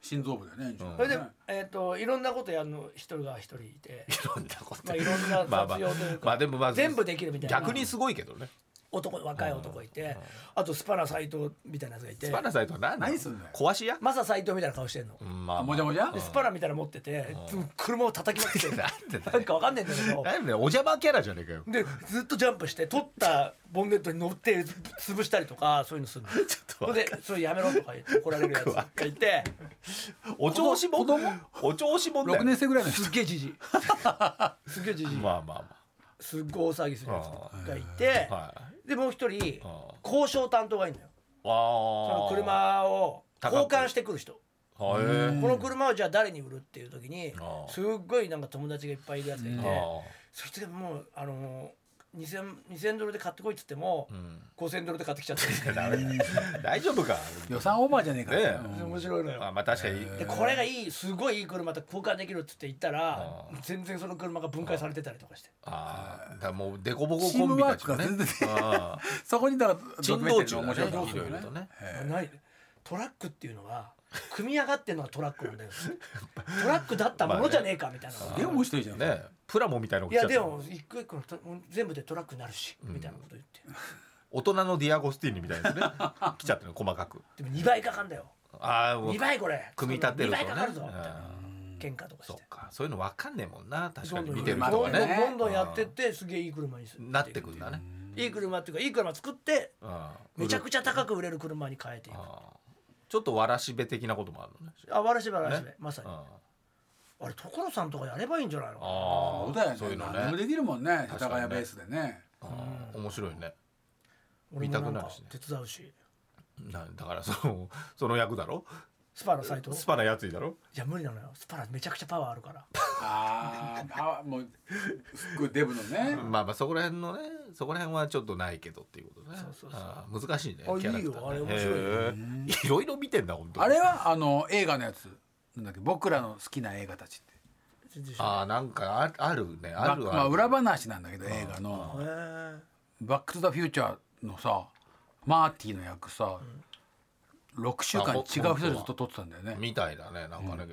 S4: 心臓部だよね
S3: それで、えー、といろんなことやるの一人が一人いて、
S2: いろん (laughs) なこと
S3: まあ、いろんな
S2: まあまあ
S3: 雑用というか、
S2: まあでもまあ
S3: 全部できるみたいな
S2: 逆にすごいけどね
S3: 男若い男いて、あとスパナ斎藤みたいなやつがいて
S2: スパナサイトは何なの
S4: 何すんだよ
S2: 壊し屋
S3: マサ斎藤みたいな顔してんの。
S2: うんまあ
S4: あもじゃもじ
S2: ゃ
S4: ゃ
S3: でスパナみたいなの持ってて、車を叩きま
S2: (laughs)
S3: くってるなんかわかんねえんだけど
S2: 何だよお邪魔キャラじゃねえかよ
S3: でずっとジャンプして取ったボンネットに乗って潰したりとかそういうのするの
S2: とわ
S3: それでそれやめろとか言って怒られ
S2: (laughs)
S3: るやつがいて
S2: お調子者お調子者だよ
S4: 6年生ぐらいの人
S3: すっげえじじいすっげえじじい
S2: まあまあます
S3: っごい大騒ぎするやつがいて
S2: あはい
S3: でもう一人
S2: あ
S3: 交渉担当がいるのよそ
S2: あ
S3: の
S2: あ
S3: 車を交換してくる人
S2: はい
S3: この車をじゃあ誰に売るっていう時に
S2: あ
S3: すっごいなんか友達がいっぱいいるやつがいて
S2: あ
S3: そしてもうあの 2000, 2000ドルで買ってこいっつっても、5000ドルで買ってきちゃったりして
S2: (laughs) あ (laughs) 大丈夫か
S4: 予算オーバーじゃねえか
S2: ねえ
S4: ら
S3: 面白いのよ
S2: まあまあ確かに
S3: でこれがいいすごいいい車と交換できるっつって言ったら全然その車が分解されてたりとかして
S2: ああだからもうデコボコ
S4: チー
S2: コン
S4: ム
S2: ビ
S4: ワ
S2: た
S4: ー
S2: ち
S4: クが
S2: がね
S4: 全然
S2: ああ
S4: そこにだから
S2: 珍道中
S4: 面
S2: だ
S4: 白い
S2: ねいろいろとね
S3: ないトラックっていうのは組み上がってるのがトラックなんだよトラックだったものじゃねえかみたいな、
S4: でも面白いじゃん
S2: ねプラモみたいなの
S3: い
S2: 着ちゃ
S3: や
S2: った
S3: でも一個一個のト全部でトラックになるし、みたいなこと言って
S2: 大人のディアゴスティーニみたいですね (laughs) 来ちゃってる細かく
S3: でも2倍かかんだよ
S2: ああもう
S3: 2倍これ
S2: 組み立てると
S3: 2倍かかるぞ
S2: ね
S3: みたいな喧嘩とかし
S2: そってかそういうの分かんねえもんな確か
S3: どん
S2: に
S3: どん
S2: 見てる人
S3: どんど
S2: が
S3: んど
S2: ね
S3: んどんやってってすげえいい車にする
S2: なってくんだね
S3: いい車っていうかいい車作って
S2: あ
S3: めちゃくちゃ高く売れる車に変えていく
S2: あちょっとわらしべ的なこともあるのね
S3: あわらしべわらしべ
S2: ね
S3: まさに
S2: あ
S3: あれ所さんとかやればいいんじゃないの
S4: そ
S2: あ
S4: うだよね
S2: そういうの
S4: 何でも
S2: ね
S4: できるもんね世田
S2: 確かにね
S4: 谷ベースでね
S2: ああ面白いね
S3: 俺もん
S2: 見たくな
S3: か
S2: るしね
S3: 手伝うし
S2: なだからその (laughs) その役だろ
S3: スパのサイト
S2: スパなやついだろ
S3: いや無理なのよスパラめちゃくちゃパワーあるから
S4: あーあもうすっごいデブのね、
S2: まあまあそこら辺のねそこら辺はちょっとないけどっていうことね
S3: そうそうそう
S2: あー難しいね
S3: あ
S2: キャラクタ
S3: いい
S2: ーね
S3: よあれ面白いよ
S2: へーいろいろ見てんだ本当に
S4: あれはあの映画のやつなんだっけ僕らの好きな映画たちって
S3: 全然知らない
S2: あーなんかああるねある
S4: ま
S2: は
S4: まあ、裏話なんだけど映画の
S3: へー
S4: 「バック・トゥ・ザ・フューチャー」のさマーティの役さ、6週間
S2: あ
S4: 違
S2: ほ
S4: う人でずっと撮ってたんだよね。
S2: みたいだねなんかね、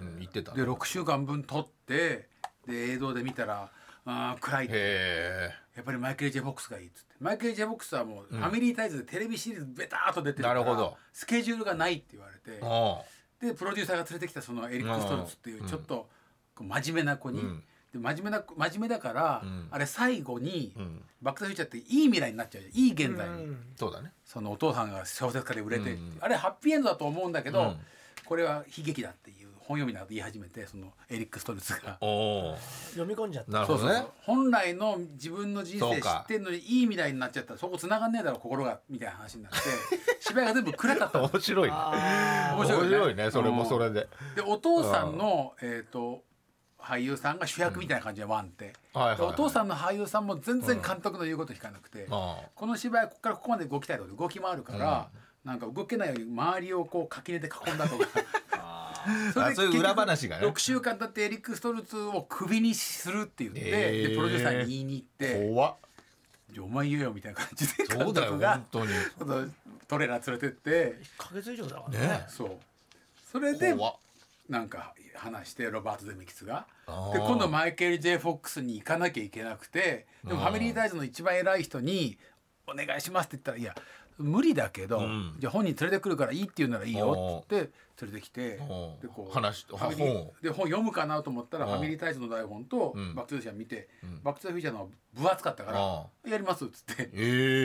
S2: うん言ってたね
S4: で6週間分撮ってで映像で見たらあー暗いや
S2: へ
S4: っぱりマイケル・ジェ・フォックスがいいっつってマイケル・ジェ・フォックスはもうファミリータイズでテレビシリーズベターっと出てるから
S2: なるほど
S4: スケジュールがないって言われて
S2: えお
S4: でプロデューサーが連れてきたそのエリック・ストルツっていうちょっとこう真面目な子に、
S2: うん
S4: で真面目な子真面目だから、
S2: うん
S4: あれ最後に、
S2: ううん
S4: バック・トゥ・フューチャー」っていい未来になっちゃうじゃんいい現在に、
S3: うん
S2: そうだね
S4: そのお父さんが小説家で売れてっていう、
S2: うん
S4: あれハッピーエンドだと思うんだけど、
S2: うん
S4: これは悲劇だっていう本読みなど言い始めてそのエリック・ストルツが。
S2: おお
S3: 読み込んじゃった
S2: なるほどね
S4: 本来の自分の人
S2: そ
S4: 生
S2: う
S4: 知
S2: か
S4: ってんのにいい未来になっちゃったらそこ繋がんねえだろ心がみたいな話にな
S2: (laughs)
S4: って芝居が全部暗かったの
S2: 面白いね
S3: あ
S4: 面白いね
S2: 面白いねそれもそれで
S4: でお父さんの、えー、と俳優さんが主役みたいな感じでワンって、
S2: はいはいはい
S4: でお父さんの俳優さんも全然監督の言うこと聞かなくて、
S2: ああ
S4: この芝居はここからここまで動きたいとか動き回るから、なんか動けないように周りをこう垣根で囲んだと
S2: (laughs)
S4: かそ
S2: あそういう裏話がね
S4: 6週間経ってエリック・ストルツをクビにするって言って、
S2: えー
S4: でプロデューサーに言いに行って
S2: 怖っ
S4: 「じゃあお前言えよ」みたいな感じで
S2: そう
S4: 監
S2: だよ
S4: 督が
S2: 本当に
S4: そのトレーラー連れてって
S3: 1ヶ月以上だから
S2: ね
S4: そうそれ
S2: え
S4: で
S2: 怖っ
S4: なんか話してロバート・ゼメキスが。
S2: あー
S4: で今度マイケル・ J ・フォックスに行かなきゃいけなくてでも
S2: うん
S4: ファミリータイズの一番偉い人に「お願いします」って言ったら「いや無理だけど、
S2: うん
S4: じゃあ本人連れてくるからいいって言うならいいよ」って言って連れてきてで
S2: おー
S4: こう
S2: 話し
S4: ファミリー
S2: ほ
S4: で本読むかなと思ったら
S2: うん
S4: ファミリータイズの台本と
S2: うん
S4: バック・トゥ・ザ・フューチャー見て
S2: うん
S4: バック・トゥ・ザ・フューチャーの方が分厚かったから
S2: あ
S4: 「やります」っつって
S2: え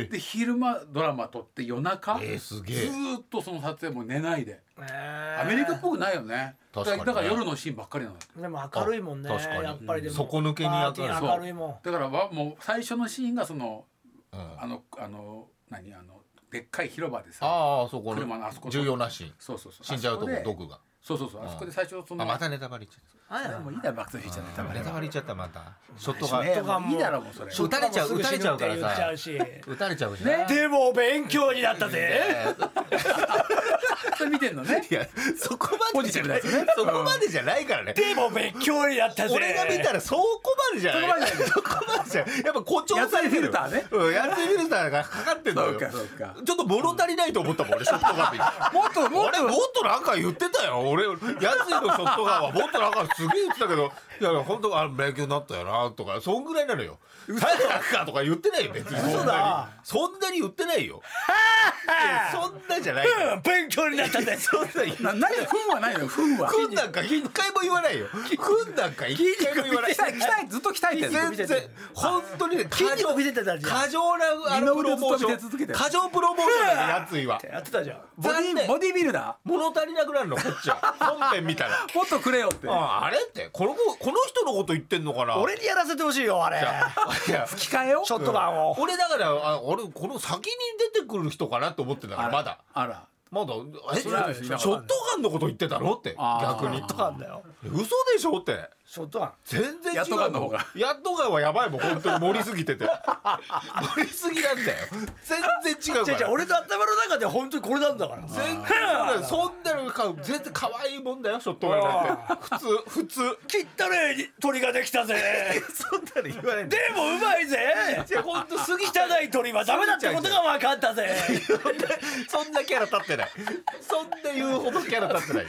S2: え
S4: で昼間ドラマ撮って夜中
S2: えー
S4: ず
S2: すげえ
S4: ーっとその撮影も寝ないでア
S3: ア
S4: メリカっぽくないよねだ
S2: 確かにね
S4: だから夜のシーンばっかりなの
S3: でも明るいもんね
S2: あ確かに
S3: やっぱりでも
S2: 底抜けに明るい
S3: パーティー明るいもん
S4: だからわもう最初のシーンがその
S2: うんあ
S4: あのあの何あのでっかい広場でさ
S2: あそこ
S4: 車のあそこ
S2: 重要なシーン
S4: そうそうそう
S2: 死んじゃうとこ
S4: あそこで
S2: 毒が
S4: そうそうそうあそこで最初その
S2: あまたネタバレ言っちゃ
S3: あや
S4: でもいいだろバックトゥーフューチャーネタバ
S2: った
S4: レ
S2: ネタ
S4: は
S2: バレ言っちゃったまたショット
S4: ね
S2: が
S4: えもういいだろもうそれ
S2: ショット打たれちゃう
S3: すぐ死ぬ
S2: 打たれちゃうからさ
S3: って言っちゃうし
S2: 打たれちゃうじゃん (laughs)
S4: ね
S3: でも勉強になったぜ
S4: それ見てんのね
S2: いやそこま
S4: ポ
S2: で
S4: ジ
S2: じ
S4: ティ
S2: ゃ
S4: ブな
S2: な
S4: いやつね
S2: (laughs) そこまでじゃないから
S3: (laughs)
S2: ね
S3: でも勉強になったぜ
S2: 俺が見
S3: (laughs)
S2: たらそこまでじゃないそこまでじゃないやっぱ誇張されて
S4: やつれフィ
S2: る
S4: ルターね
S2: うんやつれフィルターがかかってんの
S4: そ
S2: よ
S4: うかそうか
S2: ちょっと物足りないと思ったもん俺ショットガンって
S4: もっともっ
S2: 俺もっとなんか言ってたよ俺やついのショットガンはもっとなんかすげえ言ってたけどいや本当あ勉強になったよなとかそんぐらいなのよ最後楽かとか言ってないよ別にそんなにそんなに言ってないよいやそんなじゃないから
S3: 勉強になったぜ
S2: (laughs) そんな言って
S4: とな何で糞はないの糞
S2: (laughs)
S4: は
S2: くんなんか一回も言
S4: (laughs)
S2: わないよくんなんか一回も言わない
S4: 鍛え鍛えずっと鍛えてんの
S2: 全然本当にね過
S3: 筋肉見せてたじゃん
S2: 過剰なあのプロモーシ
S4: 二の腕ずっと見せ続けて
S2: ョン
S4: る
S2: 過剰プロモーションだねやつ
S4: (laughs)
S2: いは
S3: やってたじゃん
S4: ボデ
S2: 残
S4: ィ
S2: 念
S4: ボディビルダ
S2: 物足りなくなるのこっちは本編見た
S4: (laughs)
S2: ら
S4: ーもっとくれよって
S2: ああれってこの子この人のこと言ってんのかな
S3: 俺にやらせてほしいよあれ
S4: (laughs)
S2: いや
S4: 吹き替えを
S3: ショットガンを
S2: 俺だからあ俺この先に出てくる人かなと思ってたからまだ
S4: あら
S2: まだえシ
S3: そ
S2: ョ
S3: うなん
S2: ッ
S3: で
S2: ト
S3: す
S2: ガンのこと言ってたろって
S4: あー
S2: 逆に
S3: ショットガンだよ
S2: 嘘でしょって
S3: ショットガン
S2: 全然違う
S4: やっとがんの方が
S2: やっとがんはやばいもん本当に盛りすぎてて盛りすぎなんだよ全然違
S3: 違
S2: う
S3: う
S2: か
S3: 違う
S2: ら
S3: 俺と頭の中で本当にこれなんだから
S2: 全然違うからそんなのか全然可愛いもんだよショットガンなんて普通普通
S3: 切ったねえ鳥ができたぜ
S2: そんなの言わないん
S3: で
S2: だよ
S3: もうまいぜ
S2: 違う本当すぎた
S3: 汚い鳥はダメだってことが分かったぜ
S2: そんなキャラ立ってないそんな言うほどキャラ立ってない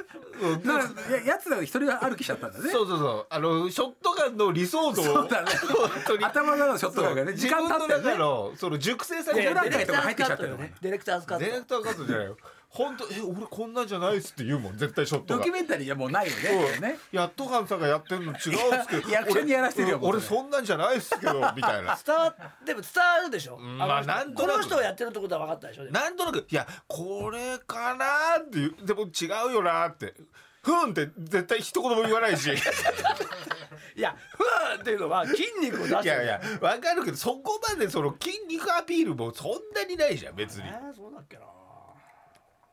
S4: だからややつらが一人歩きしちゃったんだね
S2: そうそうそうあのショットガンの理想像を
S4: そうだね
S2: 本当に
S4: 頭の中のショットガンがね時間経って
S2: 自分の中
S4: るね
S2: のその熟成され
S4: い
S2: て
S4: や段
S2: る
S4: 階とか入ってきちゃってるよね
S3: ディレクターズカット
S2: ディレクターカットじゃないよ本当え俺こんなんじゃないっすって言うもん絶対ショット
S4: ド
S2: が
S4: キュメンタリーはもうないよねこれね
S2: やっとかんさんがやってるの違うんすけど
S4: いや役者にやらせてるよ
S2: 俺
S4: も
S2: 俺
S4: うそれ
S2: そんなんじゃないっすけどみたいな
S3: 伝わでも伝わるでしょ、
S2: んま
S3: の
S2: あ
S3: 人
S2: なんとなく
S3: この人がやってるってことは分かったでしょでも
S2: (laughs) なんとなくいやこれかなーっていう (laughs) でも違うよなーってふんって絶対一言も言わないし
S3: いや「ふー」っていうのは筋肉を出してる
S2: いやいやわかるけどそこまでその筋肉アピールもそんなにないじゃん別にだか
S3: えーそうだっけ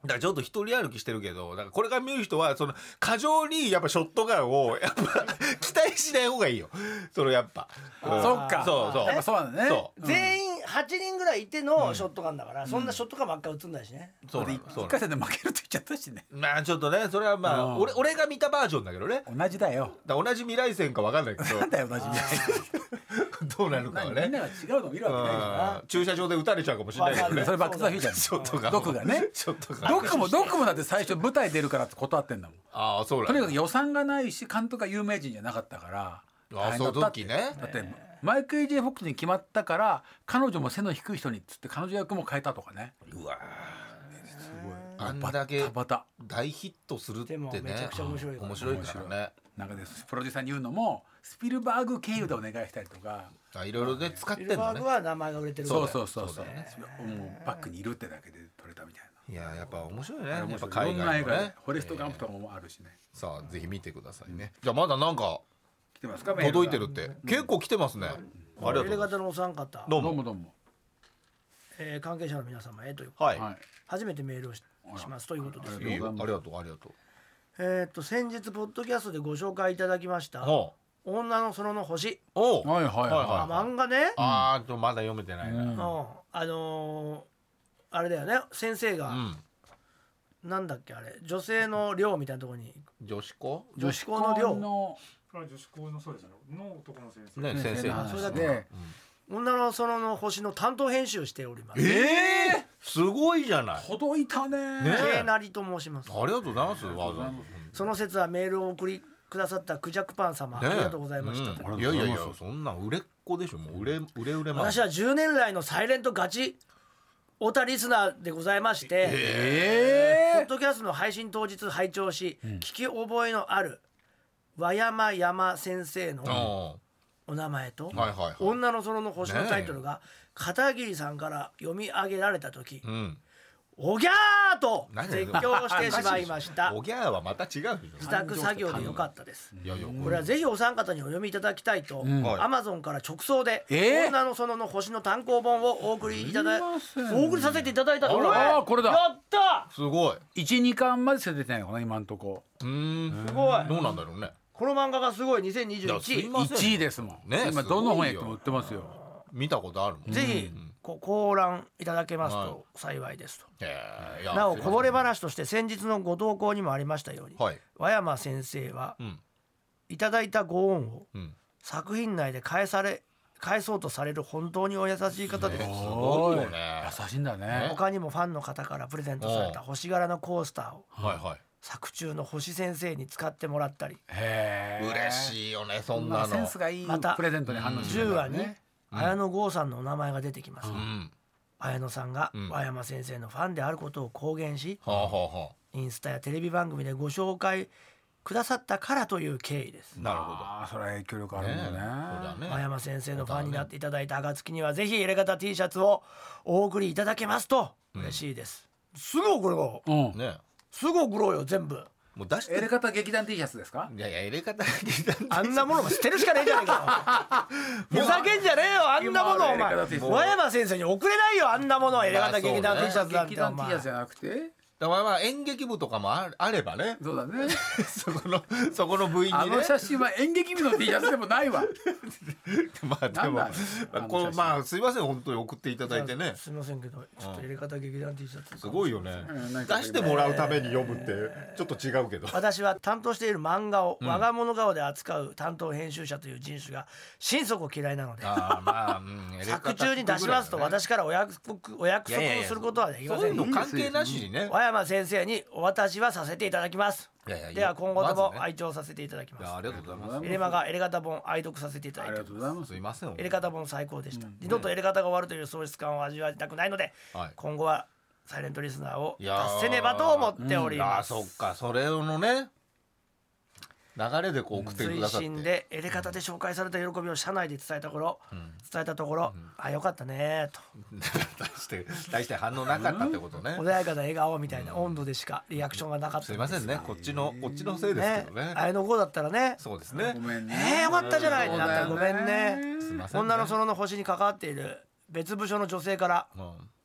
S3: な
S2: らちょっと一人歩きしてるけどなんかこれから見る人はその過剰にやっぱショットガンをやっ (laughs) ぱ期待しない方がいいよそれやっぱ、うん
S4: そっか
S2: そうそう
S4: やっぱそうなんだね
S2: そ
S3: 全員8人ぐらいいてのショットガンだから、そんなショットガンばっか映んないしね、
S2: そうなの
S4: 一
S2: そうなの
S4: 回戦で負けるって言っちゃったしね
S2: まあちょっとねそれはまあ、
S4: うん
S2: 俺俺が見たバージョンだけどね
S4: 同じだよ
S2: だから同じ未来線かわかんないけ
S4: なん
S2: ど
S4: だよ同じみ
S2: どうなるか
S4: たい
S2: は
S4: なみんな
S2: ね
S4: が違うの見るわけないじゃ
S2: うん駐車場で撃たれちゃうかもしれないけど
S3: わかんな
S4: (laughs)
S3: い
S4: んそれバックスザフューチャー
S2: ショットガン
S4: ドクがね
S2: ショットガン
S4: ドクもドクもだって最初舞台出るからって断ってんだもん
S2: ああそう
S4: と
S2: な
S4: に
S2: ん
S4: か
S2: だ
S4: く予算がないし監督が有名人じゃなかったから
S2: ああ
S4: 大変だったって
S2: その時ね
S4: だってマイク・エイジェイ・フォックスに決まったから彼女も背の低い人にっつって彼女役も変えたとかね
S2: うわ
S4: すご
S2: あんだけ
S4: バタバタ
S2: 大ヒットするって
S3: で
S2: ね
S3: もめちゃくちゃ面白いから
S2: 面白いからね
S4: なんかねプロデューサーに言うのもスピルバーグ経由でお願いしたりとか、
S2: あいろいろね使って
S3: ビ
S2: ん
S3: ル
S2: だ
S3: バー
S2: ね
S3: グは名前が売れてるから
S4: そうそうそうそう
S2: そうだよ
S4: もうバックにいるってだけで撮れたみたい
S2: いややっぱ面白いね
S4: な
S2: やっぱ
S4: い
S2: 海
S4: ろんな
S2: 外
S4: 映
S2: の
S4: 画で
S2: ね
S4: フォレスト・ガンプとかもあるしね
S2: さあぜひ見てくださいねじゃあまだなんか
S4: 来てますかメール
S2: 届いてるっ
S4: が
S2: て結構来てますねありがとうござ
S3: 入
S2: い
S3: れ
S2: ます
S3: 方のお三方、
S2: どう
S4: どう
S2: も
S4: もどうも
S3: えー関係者の皆様へという
S2: はい
S4: はい
S3: 初めてメールをししますということです
S4: ありがとうござい
S2: い
S4: ま
S2: いよありがとうありがと
S3: えーっと先日ポッドキャストでご紹介いただきました
S2: うほ
S3: 「女の園の星
S2: うおう
S4: はいはいはい
S3: あ」漫画ね、
S2: あーっとまだ読めてないな
S3: うん、あのーあれだよね先生
S2: う
S3: が、
S2: ん
S3: なんだっけあれ女性の寮みたいなところに
S2: 女子校
S3: 女子校の寮
S4: の
S5: 女子校のそうですねの男の先生
S2: ね先生の
S4: そ
S2: 話
S4: れ
S2: だ
S4: だ
S2: ね
S4: け
S3: 女の園の星の担当編集をしております
S2: ええすごいじゃない
S4: 届いたね
S2: ね
S3: ジェーナリと申します
S2: ありがとうございますわざわざ
S3: その説はメールを送りくださったクジャクパン様、
S2: ね
S3: ありがとうございました、
S2: うんいやいやいやそんなん売れっ子でしょもう売れ売れ売れま
S3: 私は10年来のサイレントガチオタリスナーでございまして、ポッドキャストの配信当日拝聴し、聞き覚えのある和山山先生の
S2: あ
S3: お名前と「
S2: はいはいはい
S3: 女の園の星」のタイトルが片桐さんから読み上げられた時
S2: あうん
S3: 「おぎゃー!」と絶叫してしまいました
S2: おぎゃーはまた違うでし
S3: 自
S2: ょ
S3: 宅作業でよかったです
S2: いやいや
S3: これはぜひお三方にお読みいただきたいと、
S2: はい
S3: アマゾンから直送で、
S4: えー
S3: 女の園の星の単行本をお送りいただいお送りさせていただいたところ
S4: あらあーこれだ
S3: やった
S2: すごい
S4: 一二巻までしか出てないのかな今んとこ
S2: うーん
S3: すごい
S2: どうなんだろうね
S3: この漫画がすごい
S2: いやすい
S3: 2021
S2: ません
S4: 一位ですもん、
S2: ね
S4: 今
S2: すごいよ
S4: どの本屋行っても売ってますよ
S2: 見たことあるもん
S3: ぜひこご覧いただけますと幸いですと、
S2: えーいや
S3: なお
S2: すいません
S3: こぼれ話として先日のご投稿にもありましたように、
S2: はい
S3: 和山先生は
S2: うん
S3: いただいたご恩を
S2: うん
S3: 作品内で返され返そうとされる本当にお優しい方です、
S2: すごいよね
S4: 優しいんだね
S3: 他にもファンの方からプレゼントされた星柄のコースターを
S2: はいは
S3: 作中の星先生に使ってもらったり
S4: へ
S2: い
S4: え
S2: 嬉
S4: い
S2: しいよねそん
S4: ま
S2: な
S4: あセ
S2: の
S4: ンスがいい
S3: また
S4: プレゼントに反応してる
S3: 10
S4: から
S3: 話に
S4: ね
S3: 綾野剛さんのお名前が出てきます、
S2: うん
S3: 綾野さんが
S2: うん
S3: 和山先生のファンであることを公言し
S2: はあはあは
S3: インスタやテレビ番組でご紹介くださったからという経緯です
S2: あなるほど
S4: ああそれは影響力あ
S2: ね
S4: るもんね
S2: そうだ
S3: 和
S2: ね
S3: 山先生のファンになっていただいた暁にはぜひ入れ方 T シャツをお送りいただけますと嬉しいです、すぐ送ろう
S4: うん
S2: ね
S3: すぐ送ろうよ全部
S2: もう出して
S4: エレ方劇団 T シャツですか
S2: いやいや入れ方劇団
S3: あんなものも捨てるしかねえじゃねえか
S2: (laughs)
S3: よふざけんじゃねえよあんなものお
S4: 今あるエレガタ
S3: 前
S4: T シャツ
S3: 和山先生に送れないよあんなものはエレガタ劇団
S2: まあそう
S3: T シャ
S2: ね
S3: ツなん
S4: 劇
S3: てお
S4: 団 T シ
S3: 前
S4: ャツじゃなくて
S2: だからまあ演劇部とかもああればね (laughs)
S4: そうだね
S2: そこのそこの部員
S4: あ
S2: にね
S4: の写真は演劇部の T シャツでもないわ
S2: (laughs) まあでも
S4: なんだあの
S2: こ
S4: 写
S2: の
S4: 真
S2: まあすいません本当に送っていただいてね
S3: すみませんけどちょっと入れ方劇団 T シャツ
S2: すごいよね
S4: うんなん
S2: 出
S4: か
S2: してもらうために読むってちょっと違う
S3: (laughs)
S2: けど
S3: 私は担当している漫画を我が物顔で扱う担当編集者という人種が心底嫌いなので
S2: ああまあうんやり方
S3: 作中に出しますと
S2: ぐらいだね
S3: 私からお約束お約束
S2: いやいやい
S3: を
S2: や
S3: することはできま
S2: そう
S3: せ
S2: いうんの関係なしにね
S3: 和山先生にお渡しはさせていただきます
S2: いやいやいや
S3: では今後とも
S2: まずね
S3: 拝聴させていただき
S2: いや
S3: ま
S2: ありがとうございます
S3: すエレマがエレガタ本愛読させていただ
S4: あ
S3: い
S4: り
S3: て
S4: がとうございます
S2: すいません
S3: 入れ方も最高でした、二度と入れ方が終わるという喪失感を味わいたくないので、
S2: はい
S3: 今後はサイレントリスナーを
S2: いやー
S3: 達せねばと思っており
S2: あ
S3: ま
S2: あ
S3: す、
S2: そっかそれのね流れでこう送ってく
S3: 推
S2: ださって、
S3: 進でエレ方で紹介された喜びを社内で伝えた頃、伝えたところ、あよかったねーと
S2: (laughs) 大して大して反応なかったってことね
S3: 穏やかな笑顔みたいな温度でしかリアクションがなかった
S2: すいませんねこっちのこっちのせいです
S3: ね
S2: けどね
S3: あれの子だったらね
S2: そうですね
S4: ごめんね
S3: えー、よかったじゃないってなったらごめんね
S2: すいませんね
S3: 女の園の星に関わっている別部署の女性から
S2: うん
S3: 「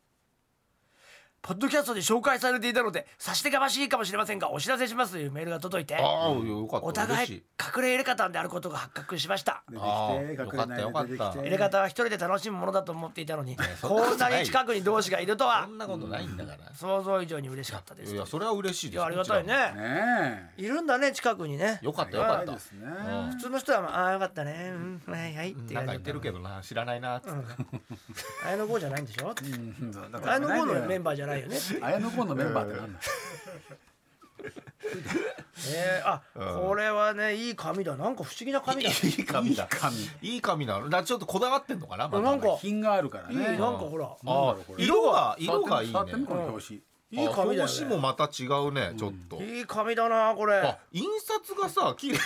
S3: ポッドキャストで紹介されていたので差し出がましいかもしれませんがお知らせします」というメールが届いて
S2: ああよかった
S3: お互い
S2: 嬉し
S3: 隠れエレカタンであることが発覚しました
S4: 出て
S2: あー
S4: きて隠れない
S2: よかった
S4: で出
S2: よ
S4: て
S2: かっ
S4: き
S2: た
S4: て
S3: エレカタは一人で楽しむものだと思っていたのに
S2: そんなこと
S3: こんな
S2: ない
S3: に近くに同志がいると
S2: そ
S3: は
S2: んなことないんだから、
S3: 想像以上に嬉しかったで
S2: い
S3: す
S2: やそれは嬉しい
S3: い
S2: です
S3: やありがたいね
S4: ねえ
S3: いるんだね近くにね
S2: よかったよ
S4: あ
S2: か
S4: りが
S2: ったた
S4: いですね
S3: 普通の人はまあ「あーよかったねうんはいはい」って感
S2: なん
S3: じ
S2: か
S3: だ
S2: 言
S3: っ
S2: って
S3: た
S2: るけどな知らないなっつって
S3: あれの子じゃないんでしょって
S4: うんそうだか
S3: あ
S4: ら
S3: れの子のメン
S4: バ
S3: バーじゃないよね
S4: ー綾野剛のメンバーってなんだ
S3: えー、あ、これはねいい紙だなんか不思議な紙だ
S2: いい紙だ
S4: いい紙
S2: いい紙なのだからちょっとこだわってんのかな,、まだ
S3: なんか
S4: 品があるから
S3: いいなん
S4: ね
S3: かほら
S2: あ
S4: これ
S2: 色が色がいいね
S4: 触ってみこの表紙
S3: いい紙だよ
S2: あ表紙も
S3: ね
S2: また違うねちょっと、
S3: いい紙だなこれ
S2: あ印刷がさ綺麗で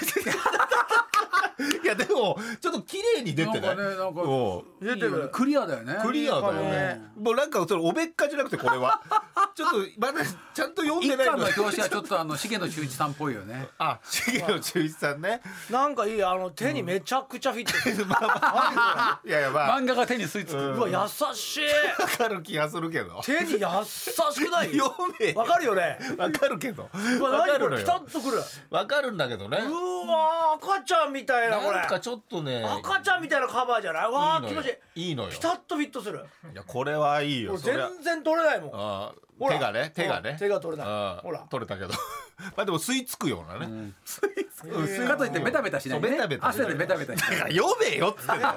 S2: いやでもちょっと綺麗に出て
S4: な
S2: な
S4: いんかねなんか
S2: うん
S3: 出て
S4: い
S3: る
S4: いよねクリアだよね
S2: クリアだよ
S3: いい
S2: ね
S3: 紙ね
S2: もうなんかそれおべっかじゃなくてこれはちょっとまだちゃんと読ん
S4: 一
S2: でない
S4: 巻の表紙はちょっとあの重野秀一さんっぽいよね
S2: あ重野忠一さんね
S3: なんかいいあの手にめちゃくちゃフィットして
S2: (laughs)
S3: る、
S2: まあまあいやいやま
S4: (laughs)
S2: あ
S4: 漫画が手に吸い付
S3: う
S4: く
S3: わ優しい
S2: わかる気がするけど
S3: 手に優しく
S2: (laughs)
S3: ない
S2: 読め
S3: わかるよね
S2: わかるけど
S3: うわ
S2: わか
S3: 何こ
S2: る
S3: れ
S2: の
S3: ピ
S2: よ
S3: タッとくる
S2: わかるんだけどね
S3: うわー赤ちゃんみたいなこれ
S2: なんかちょっとね
S3: 赤ちゃんみたいなカバーじゃないわー
S2: いい
S3: 気
S2: の
S3: 持
S2: よ
S3: ちいい
S2: いいのよ
S3: ピタッとフィットする
S2: いやこれはいい
S3: もう
S2: よそりゃ
S3: 全然取れないもん
S2: あ
S3: ほ
S2: ー
S3: ら
S2: 手がね手がね
S3: 手が取れない
S2: あー
S3: ほら
S2: 取れたけど (laughs) まあでも吸い付くようなね
S4: かといってベタベタしないね
S2: そうベタベタ
S4: 汗でベタベタしない
S2: だから読めよっつってんだよ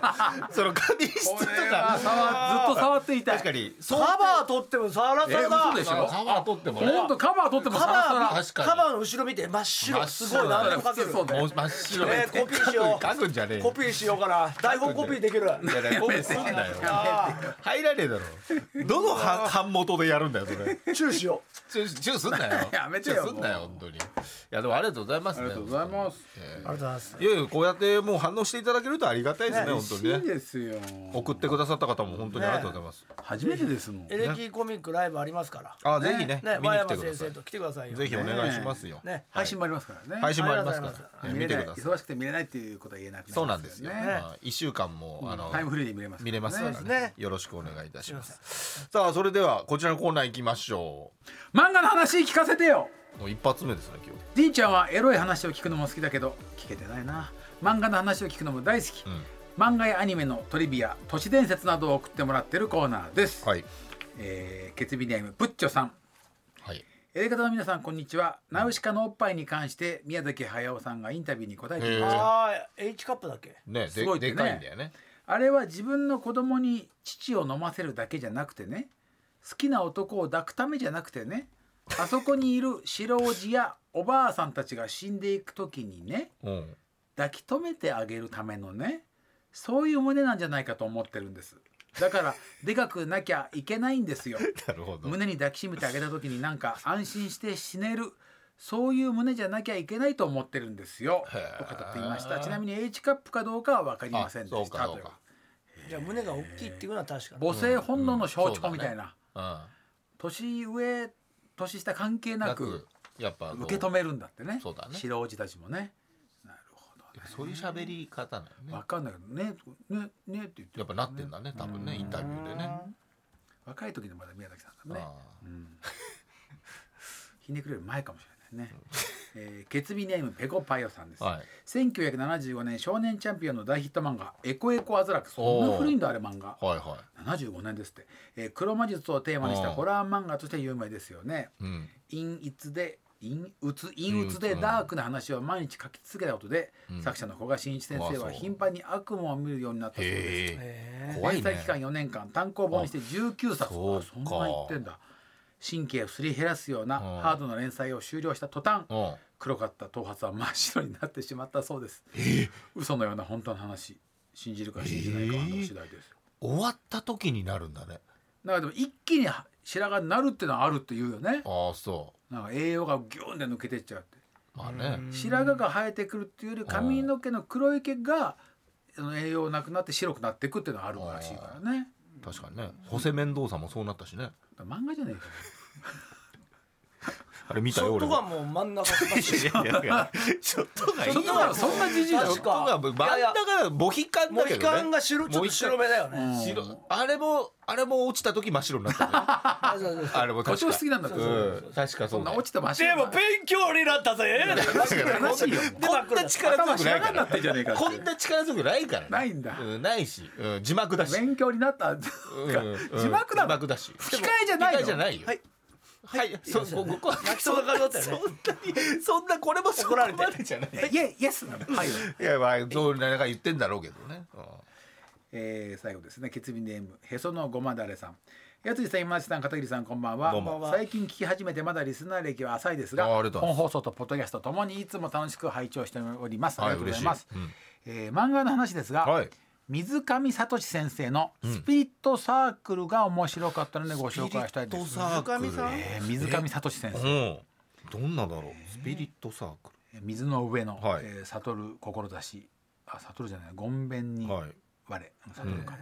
S2: その紙質と
S4: これは
S2: か
S4: 触ずっと触っていたい
S2: 確かにそ
S3: カ
S2: う
S3: バー取ってもサラサ
S4: え
S3: ラ
S4: 嘘でし
S2: カ
S4: ょ
S2: バー取ってもね
S4: 本当カバー取っても
S3: カ
S4: サラサ
S3: バ
S4: ラ
S3: ー
S2: 確かに
S3: カバーの後ろ見て真っ白
S2: 真っ
S3: す
S2: 白
S3: ごい何でも
S4: だか
S3: かけ
S4: ら
S3: る
S4: そうだ
S2: も
S4: よ
S2: う真っ白
S3: ねコピーしよう
S2: 書くんじゃねえ
S3: コ
S2: よ
S3: ピーしようかな台本コピーでき
S2: (laughs)
S3: る
S2: いやいやコピーすんなよ入らねえだろどの版版元でやるんだよそれ
S3: チューしよ
S2: チューチューすんなよ
S4: やめてよ
S2: チューすんなよ
S4: もう
S2: 本当にいやでもありがとうございます
S4: あり
S2: ね
S4: がとうございます
S3: うありがとうございます
S2: いやいやこうやってもう反応していただけるとありがたいですね
S3: ね
S2: 本当
S4: い
S2: に
S4: い
S2: ね
S4: ですよ
S2: 送ってくださった方も本当に
S3: ね
S2: ありがとうございます、
S4: 初めてですもん
S3: エレキコミックライブありますから
S2: あぜひね
S3: ね
S2: 見
S3: 和山
S2: に来てくだ
S3: 先
S2: さ
S3: 生
S2: い
S3: と来てくださいよ
S2: ぜひお願いしますよ、
S3: ね
S4: 配信もありますからね
S2: 配信もありますか
S3: ありがとうご
S2: ら、
S3: ざ
S2: ね
S4: 見
S2: 見
S4: れ
S2: て
S4: ない
S2: ください
S4: 忙しくて見れないっていうことは言えなくなります
S2: そうなんですよ、
S4: ね
S2: まあ、1週間も、あの
S4: タイムフリーで見れます
S2: 見れますからね
S3: そうですね
S2: よろしくお願いいたしますさあそれではこちらのコーナー行きましょ
S4: 漫画の話聞かせてよ
S2: うもう一発目ですね今日
S4: じいちゃんはエロい話を聞くのも好きだけど聞けてないな漫画の話を聞くのも大好き、
S2: ん
S4: 漫画やアニメのトリビア都市伝説などを送ってもらってるコーナーです、
S2: はい
S4: えー、ケツビネームプッチョさん
S2: はい
S4: エレガタの皆さんこんにちはナウシカのおっぱいに関して宮崎駿さんがインタビューに答えていました
S3: あー H カップだっけ
S2: ね
S4: す
S2: で
S4: ごいって
S2: で
S4: ね
S2: かいんだよね
S4: あれは自分の子供に乳を飲ませるだけじゃなくてね好きな男を抱くためじゃなくてねあそこにいる白おじやおばあさんたちが死んでいく時にね
S2: うん
S4: 抱き留めてあげるためのねそういう胸なんじゃないかと思ってるんですだからでかくなきゃいけないんですよ
S2: なるほど
S4: 胸に抱きしめてあげた時になんか安心して死ねるそういう胸じゃなきゃいけないと思ってるんですよ
S2: へー
S4: と語っていましたちなみに H カップかどうかは分かりませんで
S2: あそう
S4: し
S2: か
S4: た
S2: そ
S4: と
S2: う
S4: いう
S2: か
S3: じゃあ胸が大きいっていうのは確かに
S4: 母性本能の象徴みたいな、
S2: うんそうだねうん
S4: 年上年下関係な
S2: な
S4: く
S2: くやっぱこう
S4: 受け止めるんだってね
S2: そうだね
S4: 白おじたちもねなるほどね
S2: そういう喋り方なの
S4: 分
S2: ね
S4: かんないけどねねねって言って
S2: やっぱなってんだね多分ねインタビューでね
S4: 若い時のまだ宮崎さんだね
S2: あ
S4: ひねくれる前かもしれないね、 (laughs) えー、ケツビネームペコパヨさんです、
S2: あはい
S4: 1975年少年チャンピオンの大ヒット漫画「エコエコアズラク」そんな古いんだあれ漫画
S2: はいは
S4: 75年ですって、えー、黒魔術をテーマにした
S2: あー
S4: ホラー漫画として有名ですよね
S2: いうん
S4: 陰鬱で陰鬱陰鬱でダークな話を毎日書き続けたことで、作者の古賀真一先生
S2: あ
S4: は
S2: そう
S4: 頻繁に悪夢を見るようになったそうです
S2: へえ怖い
S4: 連載
S2: ね
S4: 期間4年間単行本にして19冊
S2: そう
S4: そ
S2: か
S4: そんな言ってんだ神経をすり減らすようなハードな連載を終了した途端
S2: うん
S4: 黒かった頭髪は真っ白になってしまったそうです嘘のような本当の話信じるか信じないかはあなた次第です
S2: 終わった時になるんだね
S4: なんかでも一気に白髪になるってのはあるって言うよね
S2: ああそ
S4: なんか栄養がギューンで抜けてっちゃうって
S2: まあね
S4: 白髪が生えてくるっていうより髪の毛の黒い毛がその栄養なくなって白くなっていくっていうのはあるらしいからね
S2: 確かにねホセ面倒さんもそうなったしね
S4: 漫画じゃねえか
S2: あれ見
S3: シ
S2: た
S3: ョ
S2: よ
S3: ット
S2: 俺も
S3: ガンも真ん中かかってる
S2: いやいやい (laughs) やショットガンいい
S4: そ
S2: よ
S4: んなそんなじじいだよ
S2: ショットガン真ん中モヒカン
S3: モ
S2: だ
S3: ヒ
S2: け
S3: カ
S2: ど
S3: ン
S2: ね
S3: が白ちょっと白目だよ
S4: う
S3: ね
S4: ん
S2: 白あれもあれも落ちた時真っ白になったね
S3: あそうそうそう
S2: あれも確
S4: 年
S2: か
S4: を過ぎなんだって
S2: うん確か
S4: そ
S2: そうん
S4: な
S2: だ
S4: 落ちてまし
S3: でも勉強になったぜ
S4: 悲しいよ
S2: こんな力強
S4: 頭
S2: く
S4: し
S2: な
S4: ない
S2: か
S4: がになってんじゃねえ
S2: ら
S4: か
S2: こ
S4: っ
S2: ん
S4: て
S2: な力強くないからね
S4: ないんだ
S2: うないしうん字幕だし
S4: 勉強になったなんか
S2: うん
S4: 字幕
S2: 字
S4: だ
S2: 幕だし
S4: 吹き替えじゃないの
S2: 吹き替えじゃないよ
S3: はい
S2: はいそうそうここは
S3: 泣きそうな顔だったよね
S2: そんなにそんなこれもそこまでじゃない
S4: イエイエスなのはい
S2: いやまあそうなんか言ってんだろうけどねうん
S4: えー、最後ですね決意ネームへそのごまだれさんやついさん今町さん片桐さんこんばんは
S2: どうも
S4: 最近聞き始めてまだリスナー歴は浅いですが
S2: あありがとうござ
S4: 本
S2: い
S4: 放送とポッドキャストともにいつも楽しく拝聴しておりますあ
S2: は
S4: り
S2: い
S4: がとうございます、えー漫画の話ですが、
S2: はい
S4: 水上聡先生のスピリットサークルが面白かったのでご紹介したいです、
S3: 水上さん
S4: えー水上聡先生
S2: うんどんなだろうスピリットサーク
S4: 水の上の、
S2: はい
S4: えー悟る志あ悟るじゃないごんべんに
S2: ルはい
S4: 我悟るから、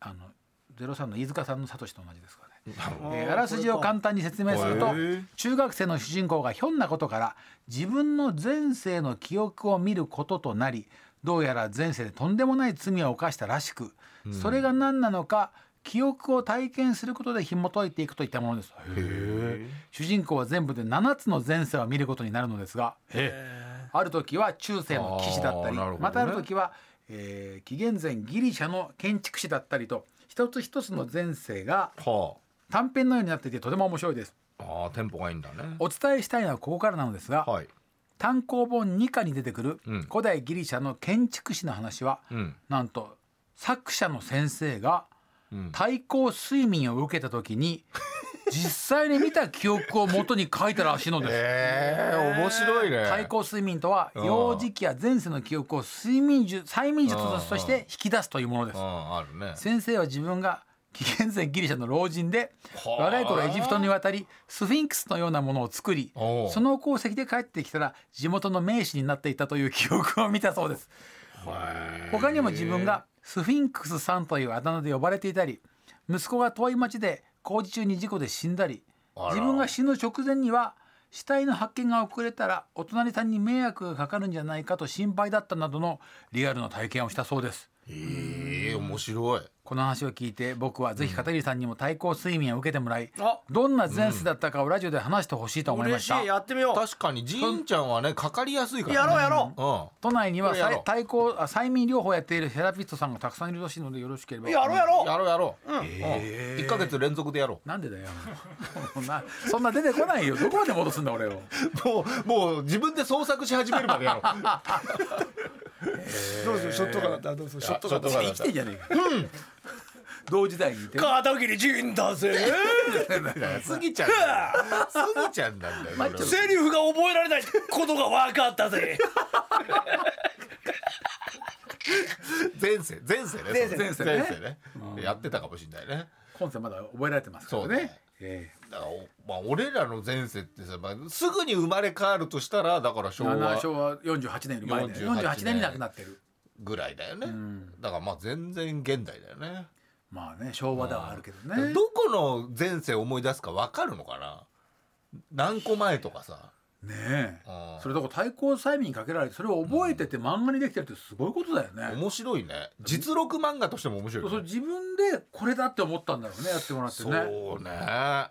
S4: あのゼロ三の飯塚さんの聡と同じですからね
S2: なるほど
S4: えーあらすじを簡単に説明すると
S2: へー
S4: 中学生の主人公がひょんなことから自分の前世の記憶を見ることとなりどうやら前世でとんでもない罪を犯したらしくそれが何なのか記憶を体験することで紐解いていくといったものです主人公は全部で7つの前世を見ることになるのですがある時は中世の騎士だったり
S2: あーなるほどね
S4: またある時は、えー紀元前ギリシャの建築士だったりと一つ一つの前世が
S2: は
S4: 短編のようになっていてとても面白いです
S2: あああテンポがいいんだね
S4: お伝えしたいのはここからなのですが、
S2: はい
S4: 単行本2巻に出てくる
S2: うん
S4: 古代ギリシャの建築士の話は、
S2: うん
S4: なんと作者の先生が
S2: うん
S4: 対抗睡眠を受けた時に実際に見た記憶を元に書いたらしいのです。
S2: ええ面白いね
S4: 対抗睡眠とは
S2: うん
S4: 幼児期や前世の記憶を睡眠術催眠術として引き出すというもので
S2: う
S4: す
S2: んあるね
S4: 先生は自分が紀元前ギリシャの老人で
S2: はあ
S4: 若い頃エジプトに渡りスフィンクスのようなものを作り
S2: おう
S4: その功績で帰ってきたら地元の名士になっていたという記憶を見たそうです他にも自分がスフィンクスさんというあだ名で呼ばれていたり息子が遠い町で工事中に事故で死んだり
S2: あら
S4: 自分が死ぬ直前には死体の発見が遅れたらお隣さんに迷惑がかかるんじゃないかと心配だったなどのリアルな体験をしたそうです
S2: ええ面白い
S4: この話を聞いて僕はぜひ片桐さんにも対抗睡眠を受けてもらい、
S3: あ
S4: どんな前世だったかをラジオで話してほしいと思いま
S3: 嬉
S4: し、
S3: したいやってみよう
S2: 確かにじんちゃんはねかかりやすいから
S3: や
S2: ね
S3: ろうやろ
S2: うん
S4: 都内には
S2: これやろう
S4: さい対抗あ催眠療法をやっているセラピストさんがたくさんいるらしいのでよろしければ
S3: うやろうやろう
S2: やろうやろう。うん。一ヶ月連続でやろ
S4: なんでだよそんなそんな出てこないよどこまで戻すんだ俺を
S2: う。もうもう自分で創作し始めるまでやろう。 (laughs)
S6: どうぞショットガンだったらどうぞショットガンだっ
S2: ショットガン
S4: 生きてんじゃねえか、同時代にいて
S3: 片桐仁だぜ
S2: スギちゃんだよ。スギちゃんなんだよ。俺は
S3: セリフが覚えられないことが分かったぜ
S2: 前世前世ね。
S4: 前世前世ね
S2: 前世ね。やってたかもしれないね。
S4: 今世まだ覚えられてますから
S2: そう
S4: ね
S2: ね
S4: え
S2: だからおまあ俺らの前世ってさ、まあすぐに生まれ変わるとしたらだから
S4: え
S2: 昭
S4: 7
S2: 和
S4: 昭和48年より前で
S2: 48年
S4: 48, 年に亡くなってる
S2: ぐらいだよね。だからまあ全然現代だよね。
S4: まあね昭和ではあるけどね
S2: どこの前世思い出すかわかるのかな。何個前とかさ。
S4: ねえ
S2: うん
S4: それとこ対抗催眠にかけられてそれを覚えてて漫画にできてるってすごいことだよね、
S2: 面白いね。実録漫画としても面白いよね。
S4: そう自分でこれだって思ったんだろうねやってもらって
S2: そう
S4: ね
S2: ね。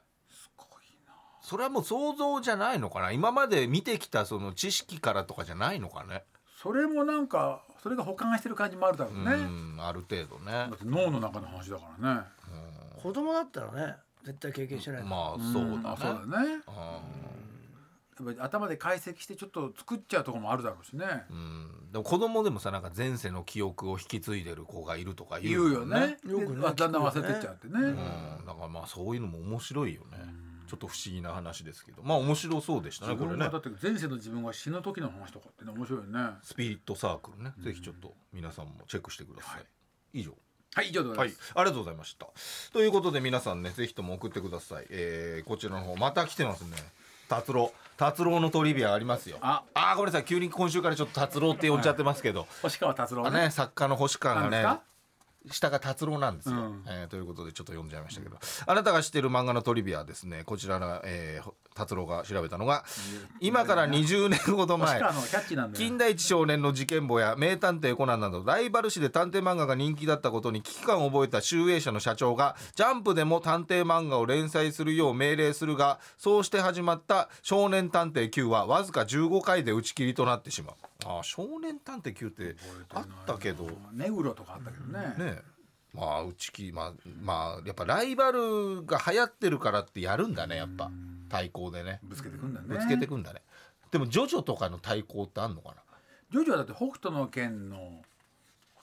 S2: それはもう想像じゃないのかな。今まで見てきたその知識からとかじゃないのかね。
S4: それもなんかそれが保管してる感じもあるだろうね、
S2: うん、ある程度ね
S4: だっ。て脳の中の話だからね、
S3: (laughs) 子供だったらね絶対経験してないから
S2: まあそうだね。
S4: あそうだねや
S2: う
S4: っぱり頭で解析してちょっと作っちゃうとこもあるだろうしね、
S2: んうんでも子供でもさなんか前世の記憶を引き継いでる子がいるとか
S4: 言うよね。
S3: よくね
S4: で
S3: 聞く
S4: だ
S3: よ
S4: ん
S3: ね
S4: だん忘れてっちゃってね、
S2: うん、だからまあそういうのも面白いよね。ちょっと不思議な話ですけど、まあ面白そうでしたね
S4: 自
S2: これ
S4: 分
S2: ね
S4: がだ。って前世の自分が死ぬ時の話とかってね面白いよね
S2: スピリットサークルね、ぜひちょっと皆さんもチェックしてください。以上。
S4: はい以上でござ
S2: はいい
S4: ま、す、
S2: ありがとうございました。ということで皆さんね、ぜひとも送ってください。えーこちらの方また来てますね。達郎達郎のトリビアありますよ
S4: あ
S2: あーごめんなさい急に今週からちょっと達郎って呼んじゃってますけど、
S4: 星川達郎
S2: あ
S4: ね
S2: ね作家の星
S4: な
S2: 川
S4: んです
S2: がね
S4: か
S2: 下が達郎なんですよ、
S4: うん
S2: えーということでちょっと読んじゃいましたけど、あなたが知ってる漫画のトリビアはですねこちらの、えーほ達郎が調べたのが今から20年ほど
S4: 星
S2: 前
S4: 川の方がキャッチーなんだよ
S2: 近代一少年の事件簿や名探偵コナンなどライバル誌で探偵漫画が人気だったことに危機感を覚えた集英社の社長がジャンプでも探偵漫画を連載するよう命令するがそうして始まった「少年探偵 Q」はわずか15回で打ち切りとなってしまうあー少年探偵 Q ってあったけどね
S4: ネウロとかあったけどね
S2: えまあ打ち切りまあまあやっぱライバルが流行ってるからってやるんだねやっぱ対抗でね
S4: ぶつけてくんだよね
S2: ぶつけてくんだねでもジョジョとかの対抗ってあんのかな
S4: ジョジョはだって北斗の剣の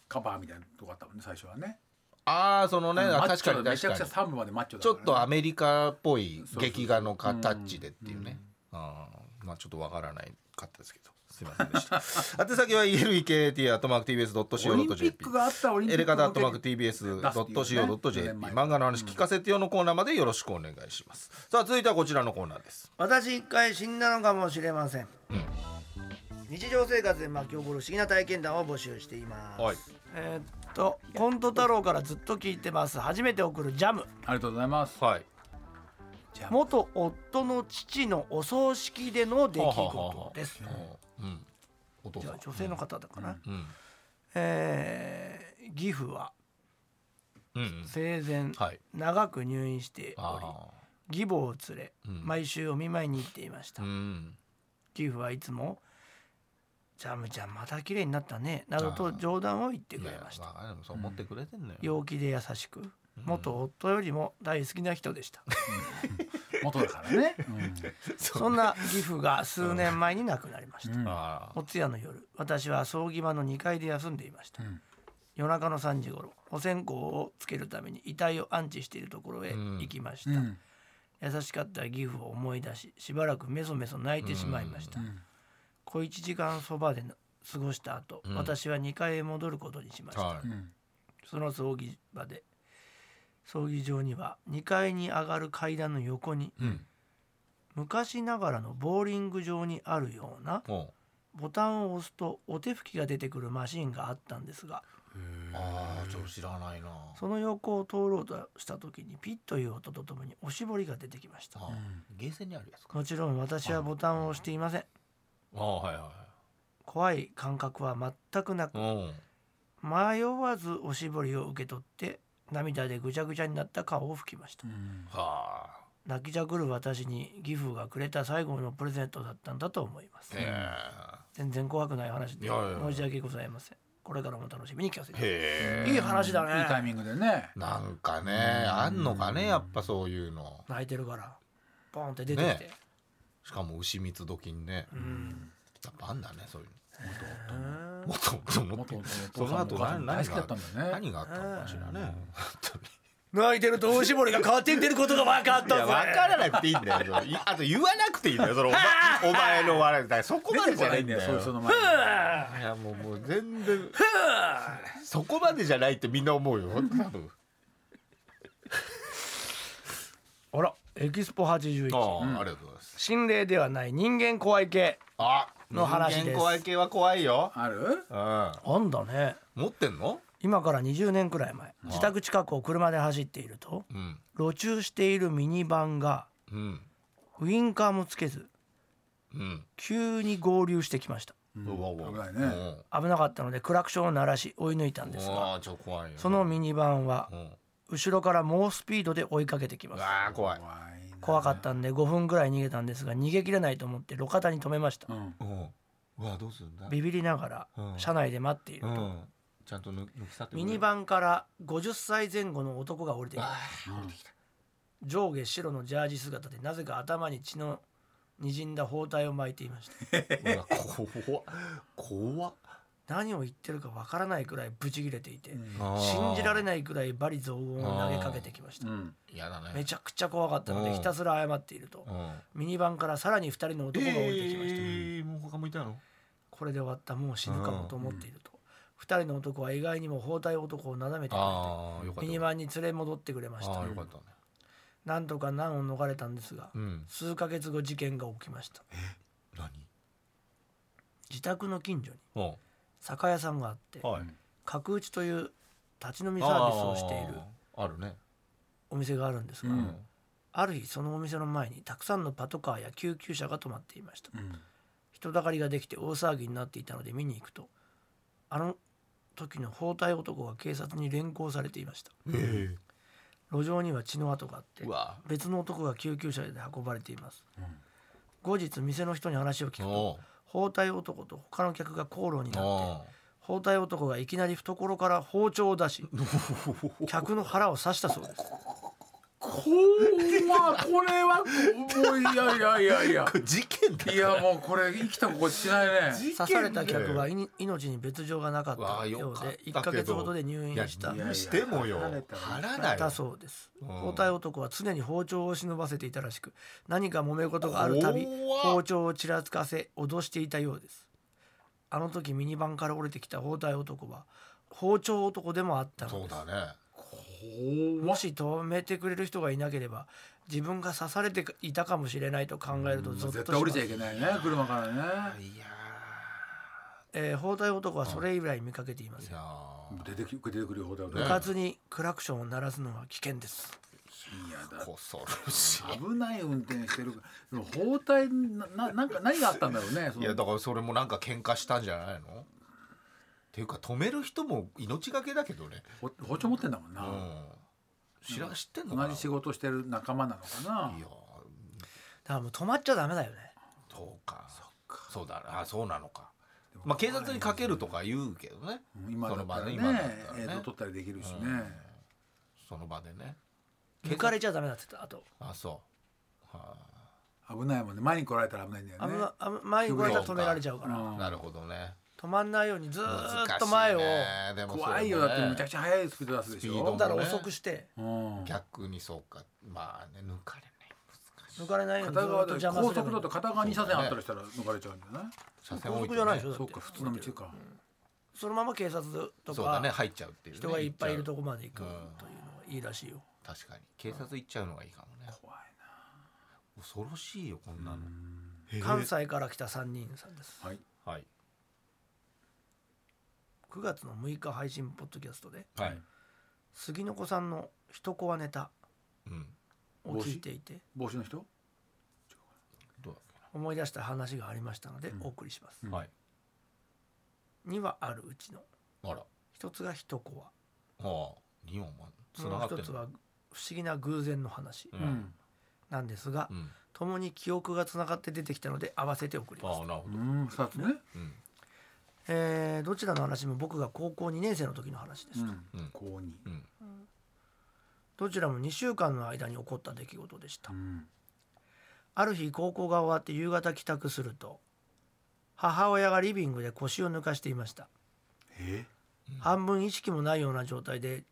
S4: カバーみたいなとこあったもんね最初はね
S2: ああそのね、
S4: マッ
S2: 確
S4: チ
S2: か
S4: ョ
S2: に
S4: だめ
S2: 確
S4: ちゃ
S2: か
S4: く
S2: に
S4: ちゃ3部までマッチョ
S2: ちょっ
S4: だ
S2: とア
S4: からね
S2: メリカっぽい
S4: そうそう
S2: 劇画のかタッチでっていうねあーまあちょっとわからないかったですけどすいませんでした宛先は elkt.tbs.co.jp
S4: オリンピックがあったオリンピ
S2: エレ
S4: ック
S2: カタットマー
S4: の
S2: ク
S4: 時
S2: TBS.CO.JP
S4: 出すっていうね
S2: 漫画の話聞かせてよのコーナーまでよろしくお願いします、さあ続いてはこちらのコーナーです
S3: 私一回死んだのかもしれません、日常生活で巻き起こる不思議な体験談を募集しています、
S2: はい
S3: えーっとコント太郎からずっと聞いてます初めて送るジャム
S4: ありがとうございます
S2: はい
S3: 元夫の父のお葬式での出来事です
S2: うんお父
S3: じ
S2: さ
S3: ゃ
S2: ん
S3: あ女性の方だかな、
S2: うん
S3: えー義父は
S2: うんうん
S3: 生前
S2: はい
S3: 長く入院しており、
S2: あ
S3: 義母を連れ
S2: うん
S3: 毎週お見舞いに行っていました、
S2: あうん
S3: 義父はいつも「ジャムちゃんまた綺麗になったね」などと冗談を言ってくれました
S2: いやわかるそう思ってくれてんのよ、
S3: 陽気で優しく元夫よりも大好きな人で
S2: (laughs)
S3: した、
S4: 元だからね、うん
S3: そんな義父が数年前に亡くなりました、
S4: うん
S2: ああ
S3: お通夜の夜私は葬儀場の2階で休んでいました、
S4: ん
S3: 夜中の3時頃お線香をつけるために遺体を安置しているところへ
S2: うん
S3: 行きました、
S4: うん
S3: 優しかった義父を思い出ししばらくメソメソ泣いてしまいました、
S4: ん
S3: 小1時間そばでの過ごした後、
S2: ん
S3: 私は2階へ戻ることにしました、
S2: はい
S3: その葬儀場で葬儀場には2階に上がる階段の横に、
S2: うん
S3: 昔ながらのボーリング場にあるような
S2: おう
S3: ボタンを押すとお手拭きが出てくるマシンがあったんですが
S2: ああちょっと知らないな
S3: その横を通ろうとした時にピッという音とともにおしぼりが出てきました
S2: あゲーセンにあるやつか
S3: もちろん私はボタンを押していません
S2: ああはいは
S3: 怖い感覚は全くなく
S2: いうん
S3: 迷わずおしぼりを受け取って涙でぐちゃぐちゃになった顔を拭きました
S4: うん
S2: はあ
S3: 泣きじゃくる私に義父がくれた最後のプレゼントだったんだと思います
S2: え
S3: 全然怖くない話で
S2: いやいやいや
S3: 申し訳ございませんこれからも楽しみに聞かせて
S2: へえ
S3: いい話だ
S4: いいタイミ
S3: ね
S4: ングでね
S2: なんかねあんのかねやっぱそういうの
S3: 泣いてるからポンって出てきて、
S2: ねしかも牛蜜時にね
S3: うん
S2: やっぱあんだねそういうの元々の
S4: 元々のお父
S2: その
S4: さん
S2: 後
S4: お母さ
S2: 何
S4: ん大好
S2: 何が
S4: きだったんだね
S2: 何があったのかしらね (laughs) 本
S3: 泣いてるとおしぼりが変わっていってることが分かっ
S2: 当
S3: た
S2: にい
S3: ぜ
S2: や分からなくていいんだよそれいあと言わなくていいんだよ
S4: (laughs)
S2: そのお前お前の笑いだからそこま
S4: 出て
S2: でじ
S4: こ
S2: ゃな
S4: ないい
S2: ん
S4: ん
S2: だ
S4: だよそう
S2: よ
S4: いうその前に
S2: いやもうもう全然そこまでじゃないってみんな思うよ多分
S3: あらエキスポ81
S2: あありがとうございます
S3: 心霊ではない人間怖い系
S2: あ
S3: の話です
S2: 人間怖い系は怖いよ
S4: ある
S2: うん
S3: あんだね
S2: 持ってんの
S3: 今から20年くらい前自宅近くを車で走っていると
S2: うん
S3: 路駐しているミニバンが
S2: うん
S3: ウインカーもつけず
S2: うん
S3: 急に合流してきました
S2: うわうわ
S4: 危ないね
S3: 危なかったのでクラクションを鳴らし追い抜いたん
S2: う
S3: です
S2: んあ
S3: が
S2: あちょっと怖いよ
S3: そのミニバンは
S2: うんう
S3: 後ろから猛スピードで追いかけてきます
S2: わあ怖い
S4: 怖いな
S3: 怖かったんで5分くらい逃げたんですが逃げ切れないと思って路肩に止めました
S4: うん
S2: うんうわどうするんだ
S3: ビビりなが
S2: う
S3: ら
S2: ん
S3: 車内で待っている
S2: う
S3: と
S2: んちゃんと抜抜き去って
S3: ミニバンから50歳前後の男が降りてきた上下白のジャージ姿でなぜか頭に血のにじんだ包帯を巻いていました
S2: ン怖っ怖っ
S3: 何を言ってるかわからないくらいブチ切れていて、
S2: ああ
S3: 信じられないくらい罵詈雑言を投げかけてきました
S4: うん
S2: やだね
S3: めちゃくちゃ怖かったので
S2: うん
S3: ひたすら謝っていると
S2: うん
S3: ミニバンからさらに2人の男が降りてきました、
S2: えーもう他もいたの
S3: これで終わったもう死ぬかもと思っていると、2人の男は意外にも包帯男をなだめてくれて
S2: ああよかった
S3: ミニバンに連れ戻ってくれました
S2: ああよかったね
S3: なんとか難を逃れたんですが、
S2: うん
S3: 数ヶ月後事件が起きました
S2: 何
S3: 自宅の近所に
S2: うん
S3: 酒屋さんがあって、
S2: はい
S3: 角打ちという立ち飲みサービスをしている
S2: あーあるね
S3: お店があるんですが、
S4: うん
S3: ある日そのお店の前にたくさんのパトカーや救急車が止まっていました、
S4: ん
S3: 人だかりができて大騒ぎになっていたので見に行くとあの時の包帯男が警察に連行されていました
S2: え
S3: 路上には血の跡があって
S2: えうわ
S3: 別の男が救急車で運ばれています、後日店の人に話を聞くと
S2: おう
S3: 包帯男と他の客が口論になって
S2: あ
S3: 包帯男がいきなり懐から包丁を出
S2: (laughs)
S3: し客の腹を刺したそうです
S4: こわこれはもういやいやいやいや
S2: ー事件だ
S4: いやもうこれ生きた心地しないね
S2: 事件だよ
S3: 刺された客は命命に別状がなかったよう
S2: わあよ
S3: で
S2: かったけど
S3: 1ヶ月ほどで入院した
S2: い
S4: や
S2: やにしてもよ
S4: いやいや
S2: 貼
S3: だ
S2: らな
S3: っ
S2: い
S3: たそうです
S2: うん
S3: 包帯男は常に包丁を忍ばせていたらしく何か揉め事があるたび
S2: 怖っ
S3: 包丁をちらつかせ脅していたようですあの時ミニバンから降りてきた包帯男は包丁男でもあったの
S2: そう
S3: です
S2: だね
S3: もし止めてくれる人がいなければ自分が刺されていたかもしれないと考えるとゾッ
S4: 絶
S3: と
S4: 対
S3: し
S4: 降
S3: ま
S4: りちゃ
S3: す
S4: いけないね車からね
S2: いや
S3: えー包帯男はそれ以来見かけていませ
S2: ー
S3: ん
S2: いやー
S4: 出てき出てくるようだよね
S3: 部活にクラクションを鳴らすのは危険です
S2: 恐ろしい
S4: 危ない運転してるからでも包帯なななんか何があったんだろうねそ
S2: いや
S4: の
S2: だからそれもなんか喧嘩したんじゃないのっていうか止める人も命がけだけどね、
S4: ほ包丁持ってんだもん
S2: う、
S4: なん
S2: 知ら知ってんのか
S4: 同
S2: な
S4: じ仕
S2: い
S4: 事してる仲間なのかな
S2: や
S3: だからもう止まっちゃダメだよね
S2: そうかそうだなあそうなのかまあ警察にかけるとか言うけどね
S4: うん今だったらね
S2: その場で今だったらね
S4: 映像撮ったりできるしね、
S2: その場でね
S3: 抜かれちゃダメだって言ったあと
S2: あそうは
S4: 危ないもんね前に来られたら危ないんだよ
S3: 危
S4: ね
S3: な危前にこうやったら止められちゃうから
S2: あなるほどね
S3: 止まんないようにず
S2: 難しい
S3: ー
S2: ね
S3: っと前を
S2: でもそれもね
S4: 怖いよだってめちゃくちゃ速いスピード出すでし
S2: スピード
S4: ょ
S2: も
S3: だから遅くして
S4: うん
S2: 逆にそうかまあね抜かれない難しい
S3: 抜かれないようにず
S4: 片
S3: ー
S4: 側
S3: っと
S4: で
S3: 邪魔
S4: 高
S3: すれば
S4: 速
S3: いい
S4: だと片側2車線あったりしたら抜かれちゃうんじゃない
S2: 車線
S3: 高
S2: 多い
S3: 速
S2: と
S3: じゃないでしょ
S2: ね
S3: だ
S4: そ
S3: っ
S4: う
S3: て
S4: か普通の道か
S3: そのまま警察と
S2: そうだ
S3: か
S2: ね入っちゃうっていうね
S3: 人がいっぱいいると
S2: 行
S3: こまで行くと
S2: う
S3: いうんのがいいらしいよ
S2: ちゃう確かに警察行っちゃうのがいいかもね
S4: 怖いな
S2: 恐ろしいよこんなの
S3: 関西から来た3人さんです
S4: はい
S2: はい
S3: 9月の6日配信ポッドキャストで
S2: はい
S3: 杉の子さんの「一コアネタ
S2: うん」
S3: を聞いていて
S4: 帽子の人
S2: どうだっ
S3: 思い出した話がありましたのでお送りします
S2: けなはい
S3: 2はあるうちの
S2: あら
S3: 1つが一コア
S2: はあ2音はつな
S3: も
S2: が
S3: う
S2: って
S3: 一
S2: る
S3: つは不思議な偶然の話
S4: う
S2: う
S4: んん
S3: なんですが
S2: うん
S3: 共に記憶がつながって出てきたので合わせて送り
S2: あ
S3: ま
S2: あ
S3: す、
S2: なるほ
S4: う
S2: ど
S4: ん2つね
S2: うん
S3: えーどちらの話も僕が高校2年生の時の話です、
S4: うん高二
S2: うん
S3: どちらも2週間の間に起こった出来事でした、
S4: うん
S3: ある日高校が終わって夕方帰宅すると母親がリビングで腰を抜かしていました
S4: え
S3: 半分意識もないような状態で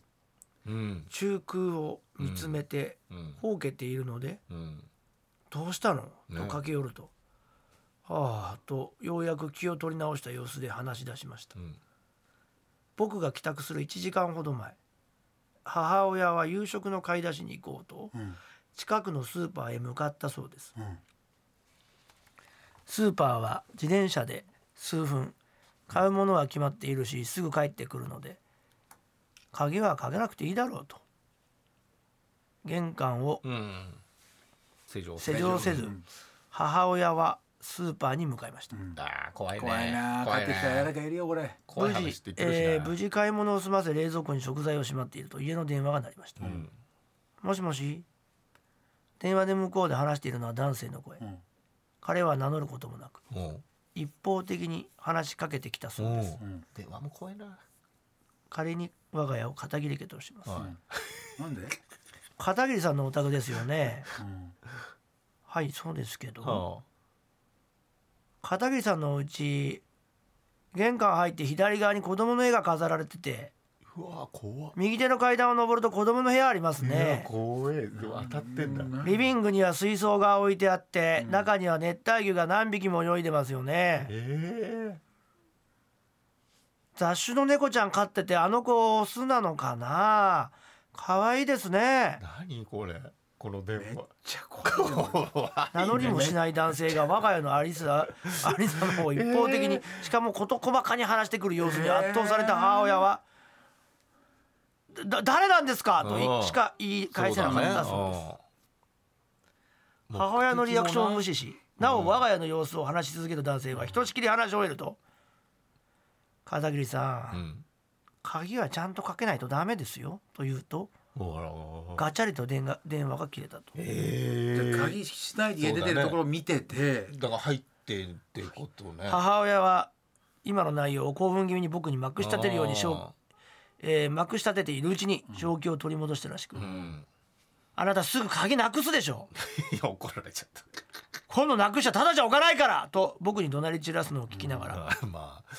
S2: うん
S3: 中空を見つめて
S2: うん
S3: ほうけているので
S2: うん
S3: 「どうしたの?」
S2: ね
S3: と駆け寄ると「はあ」とようやく気を取り直した様子で話し出しました
S2: うん
S3: 僕が帰宅する1時間ほど前母親は夕食の買い出しに行こうと
S4: うん
S3: 近くのスーパーへ向かったそうです
S4: うん
S3: スーパーは自転車で数分買うものは決まっているしすぐ帰ってくるので鍵はかけなくていいだろうと玄関を
S2: うん施錠
S3: 施錠せず母親はスーパーに向かいました
S2: あー怖いね
S4: 怖いな帰ってきたらやらかいるよこれ
S2: 怖
S3: 無
S2: い
S3: 事
S2: 話って言ってるしな
S3: えー無事買い物を済ませ冷蔵庫に食材をしまっていると家の電話が鳴りました、
S2: うん
S3: もしもし電話で向こうで話しているのは男性の声、
S4: ん
S3: 彼は名乗ることもなく
S2: もう
S3: 一方的に話しかけてきたそうです、
S2: ん、電話も怖いな。
S3: 仮に我が家を片桐家とします、
S4: なんで
S3: 片桐さんのお宅ですよね
S4: うん
S3: はいそうですけど、
S2: は
S3: 片桐さんのお家玄関入って左側に子供の絵が飾られてて
S2: あ、うわ怖っ。
S3: 右手の階段を上ると子供の部屋ありますね
S2: 怖え。当たってんだ。
S3: リビングには水槽が置いてあって、中には熱帯魚が何匹も泳いでますよね、
S2: え
S3: 雑種の猫ちゃん飼っててあの子オスなのかな可愛いですね
S2: え何これ。この電話
S4: ちゃ怖い
S3: 名乗りもしない男性が我が家のアリスナアリスナの方を一方的にしかも事細かに話してくる様子に圧倒された母親は「だ誰なんですか?」
S2: う
S3: と
S2: ん
S3: しか言い返せなかったそうです。
S2: うん
S3: 母親のリアクションを無視しなお我が家の様子を話し続けた男性はひとしきり話を終えると「片桐さん、
S2: ん
S3: 鍵はちゃんとかけないとダメですよ」と言うと
S2: ほら
S3: ガチャリと電話電話が切れたと。
S2: ええ
S4: 鍵しないで家出てるところ見てて、
S2: だから入ってってことね
S3: 母親は今の内容を興奮気味に僕にまくし立てるようにしょう、えーまくし立てているうちに正気を取り戻したらしく、
S2: うん
S3: あなたすぐ鍵なくすでしょ
S2: いや怒られちゃった
S3: 今度なくしちゃただじゃ置かないからと僕に怒鳴り散らすのを聞きながら、
S2: あ (laughs) まあ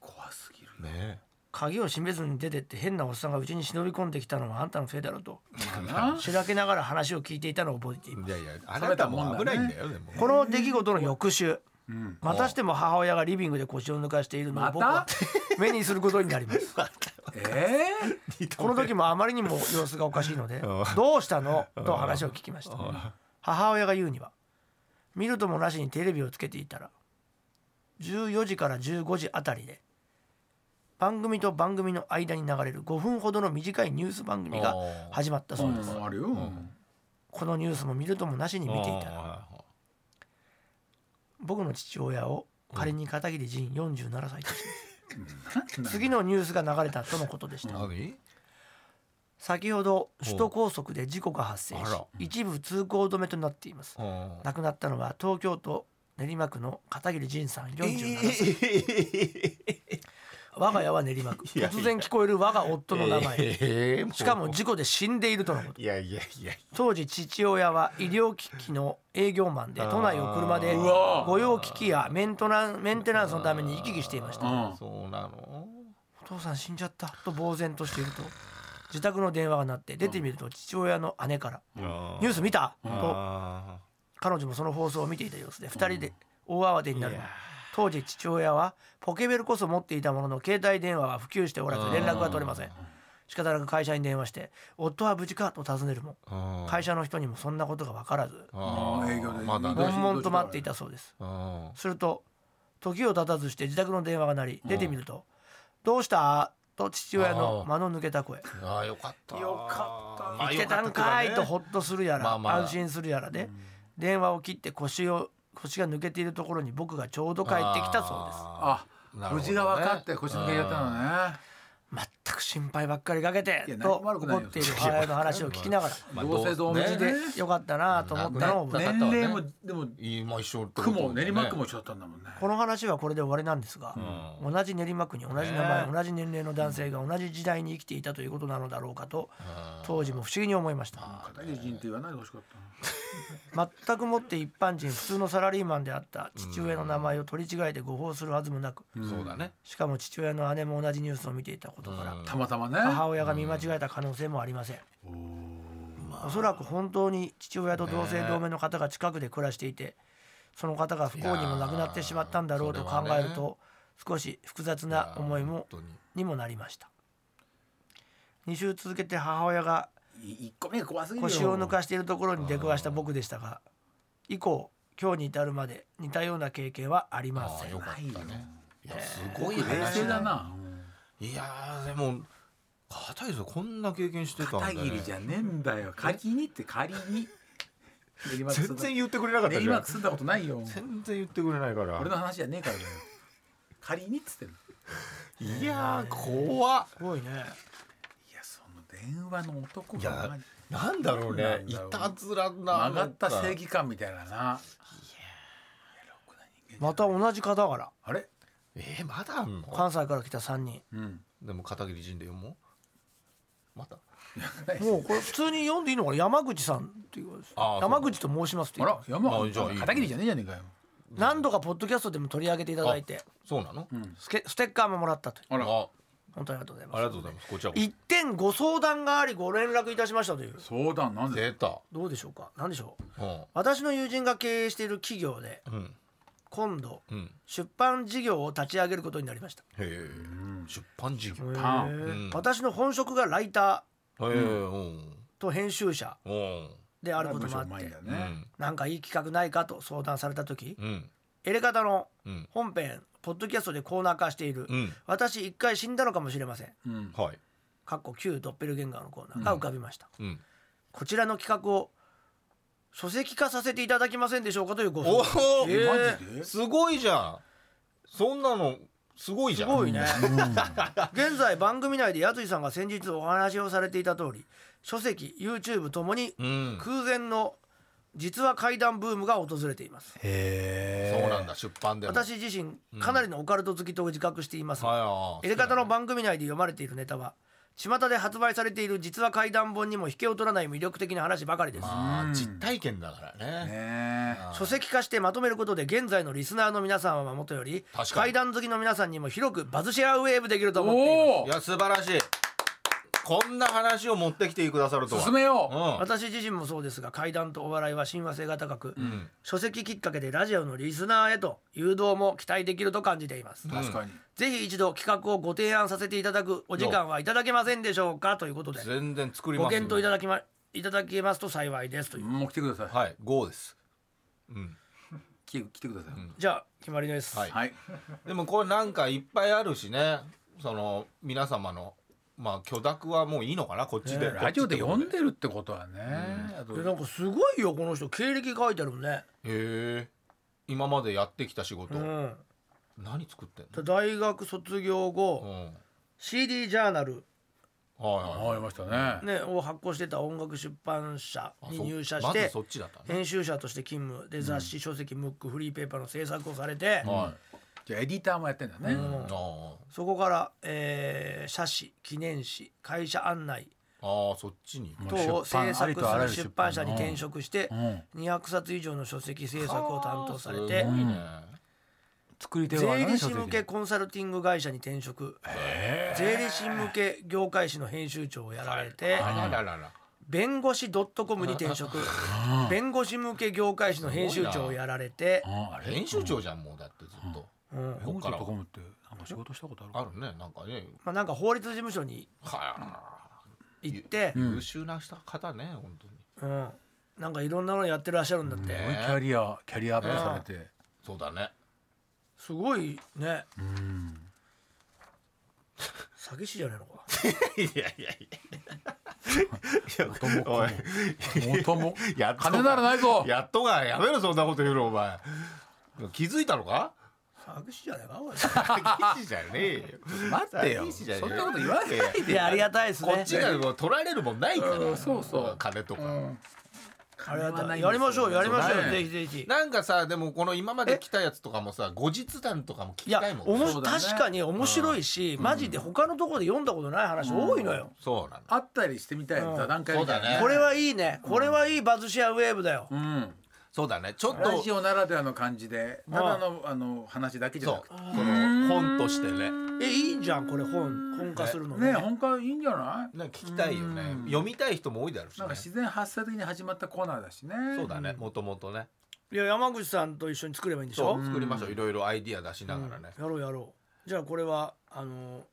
S4: 怖すぎる
S2: ね
S3: 鍵を閉めずに出てって変なおっさんがうちに忍び込んできたのはあんたのせいだろうと
S4: な。
S3: しらけながら話を聞いていたのを覚えています
S2: いやいやあなたも危ないんだよでも
S3: この出来事の翌週
S4: うん
S3: またしても母親がリビングで腰を抜かしているのを僕
S4: ま
S3: は目にすることになります
S4: え
S3: この時もあまりにも様子がおかしいので「どうしたの?」と話を聞きました母親が言うには見るともなしにテレビをつけていたら14時から15時あたりで番組と番組の間に流れる5分ほどの短いニュース番組が始まった
S4: え
S3: そうです
S4: あるよ。
S3: このニュースも見るともなしに見ていたら
S2: あー
S3: 僕の父親を仮に片桐仁47歳と
S2: (laughs)
S3: し
S4: な
S3: 次のニュースが流れたとのことでした
S2: 何
S3: 先ほど首都高速で事故が発生し
S2: あら
S3: 一部通行止めとなっています
S2: うん
S3: 亡くなったのは東京都練馬区の片桐仁さん47歳、
S2: え
S3: 我が家は練馬区
S2: いやいや
S3: 突然聞こえる我が夫の名前、
S2: えーう
S3: しかも事故で死んでいるとのこと
S2: いやいやいや
S3: 当時父親は医療機器の営業マンで
S2: あー
S3: 都内を車で
S2: うわー
S3: 御用機器やメントナンメンテナンスのために行き来していました
S4: うん
S2: そうなの
S3: お父さん死んじゃったと呆然としていると自宅の電話が鳴って出てみると父親の姉から
S2: ニ
S3: 「ニュース見た?」と
S2: あ
S3: 彼女もその放送を見ていた様子で2人で大慌てになる当時父親はポケベルこそ持っていたものの携帯電話は普及しておらず連絡が取れません仕方なく会社に電話して「夫は無事か?」と尋ねるも
S2: ーうん
S3: 会社の人にもそんなことが分からず
S2: あー
S4: 営業で
S2: まだね
S3: 悶々と待っていたそうです
S2: うん
S3: すると時を経たずして自宅の電話が鳴り出てみると「どうした?」と父親の間の抜けた声
S2: あーよかった
S3: よか
S2: った
S3: 生きてたんかいとほっとするやら
S2: まあまあ
S3: 安心するやらで電話を切って腰を腰が抜けているところに僕がちょうど帰ってきたそうです
S4: あ、無事が分かって腰抜けやったのね。
S3: 全く心配ばっかりかけて
S4: いや
S3: と
S4: 何も悪くない
S3: 怒
S4: よ
S3: っている母親の話を聞きながら
S2: まあ
S4: 同姓同名
S2: ね
S3: 無事でよかったなと思ったのを覚えて
S4: 年
S3: ます
S4: 齢もでも
S2: 今一緒ってこと
S4: 区
S2: だよ
S4: も
S2: ね
S4: 練馬区も一緒だったんだもんね。
S3: この話はこれで終わりなんですが、同じ練馬区に同じ名前、
S2: ね
S3: 同じ年齢の男性が同じ時代に生きていたということなのだろうかと当時も不思議に思いました
S4: 片桐仁って言わないでほしかったな。
S3: 全くもって一般人普通のサラリーマンであった父親の名前を取り違えて誤報するはずもなく
S2: そうだね
S3: しかも父親の姉も同じニュースを見ていたことから
S4: たまたまね。
S3: 母親が見間違えた可能性もありませんおそらく本当に父親と同姓同名の方が近くで暮らしていてその方が不幸にも亡くなってしまったんだろうと考える
S2: いやーそれは
S3: と少し複雑な思いも
S2: 本当に
S3: にもなりました2週続けて母親が
S4: い一個目が怖すぎるよ。
S3: 腰を抜かしているところに出くわした僕でしたが以降今日に至るまで似たような経験はありま
S2: あ
S3: せ
S2: ー
S3: ん
S2: よかっ
S4: な
S2: た
S4: いよ
S2: ねいやすごい
S4: 冷
S2: 話
S4: 静だな。
S2: いやーでも片桐さんこんな経験してたんだ
S4: 片
S2: ね
S4: 桐じゃねえんだよ。仮にって仮に。練馬区住
S2: 全
S4: んだ
S2: 然言ってくれなかった
S4: 練
S2: じゃ
S4: 馬
S2: ん
S4: 区住んだことないよ。
S2: 全然言ってくれないから
S4: 俺の話じゃねえからだよ。仮にっつってんの。
S2: いやー怖っ
S3: すごいね
S4: いやその電話の男
S2: い
S4: が
S2: やなんだろうねい
S4: なんだろう
S2: たずらな
S4: 曲がった正義感みたいなな。
S3: また同じ方から
S4: あれ？
S2: えー、まだあんの
S3: 関西から来た3人
S4: うん。
S2: でも片桐仁で読もうまた
S3: もうこれ普通に読んでいいのかな山口さんっていうことです
S2: あー
S3: 山口と申しますって
S4: あ
S3: 言い
S4: ら
S3: ます
S4: 山
S2: まあじゃあいいよ
S4: 片桐じゃねえじゃねえかよ。
S3: 何度かポッドキャストでも取り上げていただいて
S2: そうなの、
S3: スケステッカーももらったという
S2: あらあ
S3: 本当にありがとうござい
S2: あり
S3: ま
S2: がとうございますこちらこ
S3: す
S2: そ
S3: 一点ご相談がありご連絡いたしましたという
S4: 相談なんで？
S2: 出た
S3: どうでしょうか何でしょう
S2: うん
S3: 私の友人が経営している企業で
S2: うん
S3: 今度
S2: うん
S3: 出版事業を立ち上げることになりました
S2: へえ出版事業へ
S4: パン。
S2: ん
S3: 私の本職がライタ
S2: えうん
S3: と編集者
S2: うん
S3: であること
S4: 文
S3: もあ
S4: 章
S3: っ
S4: うまいん
S3: て
S4: だ
S2: う
S4: ね。
S2: ん
S3: なんかいい企画ないかと相談された時
S2: うん
S3: エレカタの
S2: うん
S3: 本編ポッドキャストでコーナー化している
S2: うん
S3: 「私一回死んだのかもしれません
S4: うん。
S2: はい」
S3: かっこ旧ドッペルゲンガーのコーナーが浮かびました
S2: うん
S3: こちらの企画を書籍化させていただけませんでしょうかというご
S2: おお
S3: 相談
S4: えマジです
S2: ごいじゃんそんなのすごいじ
S3: す
S2: ゃん
S3: ごいね現在番組内でやついさんが先日お話をされていた通り書籍 YouTube ともに
S2: うん
S3: 空前の実は怪談ブームが訪れています
S4: へ
S2: そうなんだ出版でも
S3: 私自身かなりのオカルト好きと自覚していますが
S2: は
S3: エレカタの番組内で読まれているネタは巷で発売されている実は怪談本にも引けを取らない魅力的な話ばかりです
S2: あー実体験だからね
S4: ねえ。
S3: 書籍化してまとめることで現在のリスナーの皆さんはもとより
S2: 確か
S3: 怪
S2: に
S3: 談好きの皆さんにも広くバズシェアウェーブできると思っています
S4: お
S2: いや素晴らしいこんな話を持ってきてくださると
S4: お。
S2: は
S4: 進めよう。
S2: う
S3: 私自身もそうですが怪談とお笑いは親和性が高く、
S2: ん
S3: 書籍きっかけでラジオのリスナーへと誘導も期待できると感じています、
S4: 確かに。
S3: ぜひ一度企画をご提案させていただくお時間はいただけませんでしょうかということで
S2: ん全然作ります
S3: ご検討いただきまいただけますと幸いですという、
S4: もう来てください。
S2: はい5ですうん
S4: 来て来てください。
S3: じゃあ決まりです、
S2: はい
S4: はい。
S2: でもこれなんかいっぱいあるしねその皆様のまあ許諾はもういいのかなこっちで、
S4: ラジオで読ん
S2: へ
S4: でるってことはね。あと
S3: でなんかすごいよこの人経歴書いてあるもんね、
S2: え今までやってきた仕
S3: う
S2: 事、
S3: ん、
S2: 何作ってん
S3: で大学卒業後、
S2: の、うん、
S3: CD ジャーナル、
S4: あ
S2: はい
S4: りましたね。
S3: ね、を発行してた音楽出版社
S2: はい
S3: に入社
S2: あそ
S3: し
S2: まず
S3: て
S2: そっちだったね
S3: 編集者として勤務で雑誌書籍ムックフリーペーパーの制作をされて、
S2: はい
S4: じゃあエディターもやってんだね。
S2: あー
S3: そこから、えー、写真記念誌会社案内
S2: あーそっちに
S4: うん
S3: 等を制
S4: 出版あ
S3: 作
S4: りとあらゆる
S3: する出版社に
S4: 出版の
S3: 転職して
S4: うん
S3: 200冊以上の書籍制作を担当されて
S2: すごいね、
S4: 作り手は
S3: 税
S4: ね
S3: 理士向け。コンサルティング会社に転職税理士向け業界誌の編集長をやられて
S2: あらららら
S3: 弁護士 .com に転
S2: (laughs)
S3: 職弁護士向け業界誌の編集長をやられて
S4: 書籍うんあれ。
S2: 編集長じゃんもうだってずっと、
S3: うん
S2: こっからは
S4: コムってなんか仕事したことあるか
S2: あるねなんかね
S3: まあなんか法律事務所に
S2: は
S3: 行って
S2: い、優秀なした方ね本当に
S3: うんなんかいろんなのやってらっしゃるんだって
S4: すごいキャリアキャリアアップされて。
S2: そうだね
S3: すごいね詐欺師じゃないのか
S2: いやいやい
S4: 元も
S2: おい
S4: 子も元も。
S2: ややっと
S4: 金ならないぞ。
S2: やっとがやめろそんなこと言うのお前気づいたのか (laughs)
S3: 詐欺師じゃないかおい
S2: 詐欺師じゃねえよ
S4: 待ってよ。
S2: 詐欺師じゃねえ
S4: そんなこと言わないで。
S3: いやありがたいですね
S2: こっちがもう取られるもんないから、
S4: うんそうそう
S2: 金とか、
S3: ありがたいやりましょうやりましょう
S4: そうだね
S3: ぜひぜひ
S2: なんかさでもこの今まで来たやつとかもさ後日談とかも聞
S3: い
S2: き
S3: や
S2: たいも
S3: お
S2: ん
S3: も
S2: ね
S3: し
S4: そうだね
S3: 確かに面白いしマジで他のところで読んだことない話多いのよ
S2: そうなんだ
S4: あったりしてみたい座談会みたいな
S2: うん
S3: これはいいねこれはいいバズシェアウェーブだよ
S4: うん。
S2: そうだねちょっと
S4: ラジオならではの感じでただのあの話だけじゃな
S2: そ
S4: く
S2: うこの本としてね
S3: えいいじゃんこれ本本化するの
S4: てね本当いいんじゃない
S2: なんか聞きたいよね読みたい人も多いだろうし、
S4: な
S2: ね
S4: んか、自然発生的に始まったコーナーだしね
S2: そうだねもともとね
S3: いや山口さんと一緒に作ればいいんでし
S2: そ
S3: ょ
S2: う作りましょういろいろアイディア出しながらね、
S3: やろうやろうじゃあこれはあの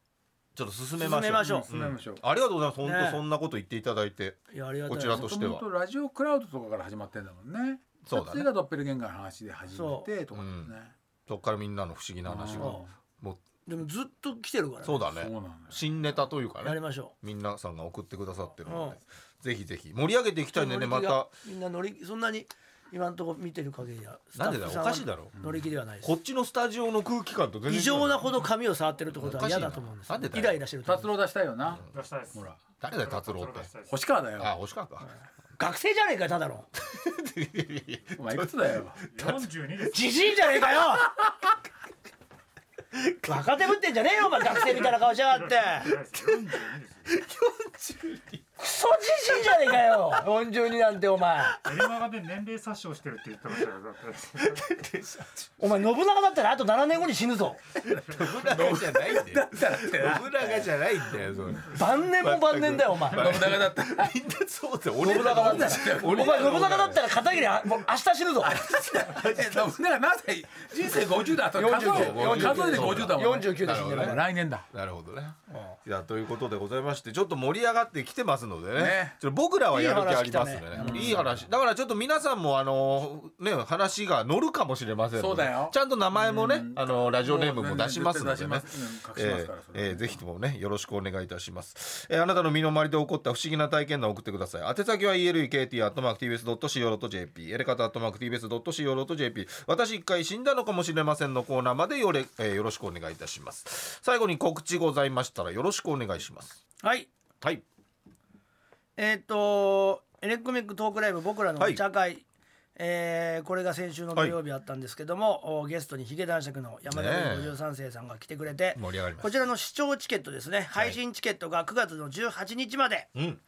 S2: ちょっと進め
S3: 進
S2: ましょ
S3: め
S2: う
S3: ましょう
S4: 進めましょう
S2: ありがとうございます本当、
S3: ね
S2: そんなこと言っていただいて
S3: いやありがたい
S2: こちら
S4: も
S2: とし
S4: と
S2: て
S4: も
S2: は
S4: とラジオクラウドとかから始まってんだもんね
S2: そうだね
S4: それがドッペルゲンガーの話で始めてとかだよね
S2: そっからみんなの不思議な話が
S3: そ
S2: もう
S3: でもずっと来てるからね
S2: そうだね
S4: そうなのよ
S2: 新ネタというか
S3: やり
S2: ね
S3: ましょ
S2: みんなさんが送ってくださってるので、
S3: うん
S2: ぜひぜひ盛り上げてい
S3: う
S2: きたいんでね
S3: 乗
S2: ま
S3: り気が
S2: た
S3: みんな乗りそんなに今のところ見てる限りは
S2: なんでだよ
S3: スタッフさは
S2: おかしいだろ
S3: 乗り気ではないです
S2: こっちのスタジオの空気感と全然違う
S3: 異常なほど髪を触ってるってこと
S2: おか
S3: は
S2: しいな
S3: 嫌だと思うんです
S2: なんでだよ
S3: イライラしてると思
S4: 達
S3: うんです
S4: 郎出したいよな
S5: 出したいです。
S4: ほら
S2: 誰だよ達郎って
S5: 出したいです
S4: 星川だ
S2: あ
S4: よ
S2: 星川か
S3: 学生じゃねえかよただの
S4: お前いくつだよ
S5: 42です。
S3: じじいじゃねえかよ若手ぶってんじゃねえよお前学生みたいな顔しやがって
S5: 42ですよ。
S3: クソじじいじゃねえかよ42なんてお前
S5: エレマガで年齢殺傷してるって言ってましたよ。だって
S3: お前信長だったらあと7年後に死ぬぞ
S2: 信長じゃないんだよ信長じゃないんだよそれ
S3: 晩年も晩年だよお前
S4: 信長だった
S2: みんなそうだよ (laughs) 俺
S3: 信
S2: ら
S3: 長
S2: の
S3: だったらお前信長だったら片桐あもう明日死ぬぞ
S4: え信長なぜ人生50だと数え
S2: 49
S4: 数えで50だもんね
S3: 49で死んでる
S2: なるほど
S4: 来年だ
S2: なるほどね。いやということでございましてちょっと盛り上がってきてますのでね、よね
S4: ね
S2: ちょっと僕らはやる気ありますよ
S3: いい
S2: ねいい話だからちょっと皆さんもあのね話が乗るかもしれませんので
S4: そうだよ
S2: ちゃんと名前もねあのラジオネームも出しますので
S4: もう
S2: ね
S4: 絶対出しますうん隠しま
S2: え
S4: すからそれ
S2: ーえーぜひともねよろしくお願いいたします、えーあなたの身の回りで起こった不思議な体験談を送ってください宛先は elekt.mactvs.co.jp エレカタ .mactvs.co.jp 私一回死んだのかもしれませんのコーナーまでよれ、えーよろしくお願いいたします最後に告知ございましたらよろしくお願いします
S3: はい
S2: はい
S3: えーっ、とエレコミックトークライブ僕らの
S2: はい
S3: お茶会、えーこれが先週の土曜日あったんですけども、おゲストにヒゲ男爵の山田
S2: ねえ
S3: 53世さんが来てくれて、
S2: 盛り上がりま
S3: こ
S2: し
S3: ちらの視聴チケットですね配信チケットが9月の18日まで
S2: たうん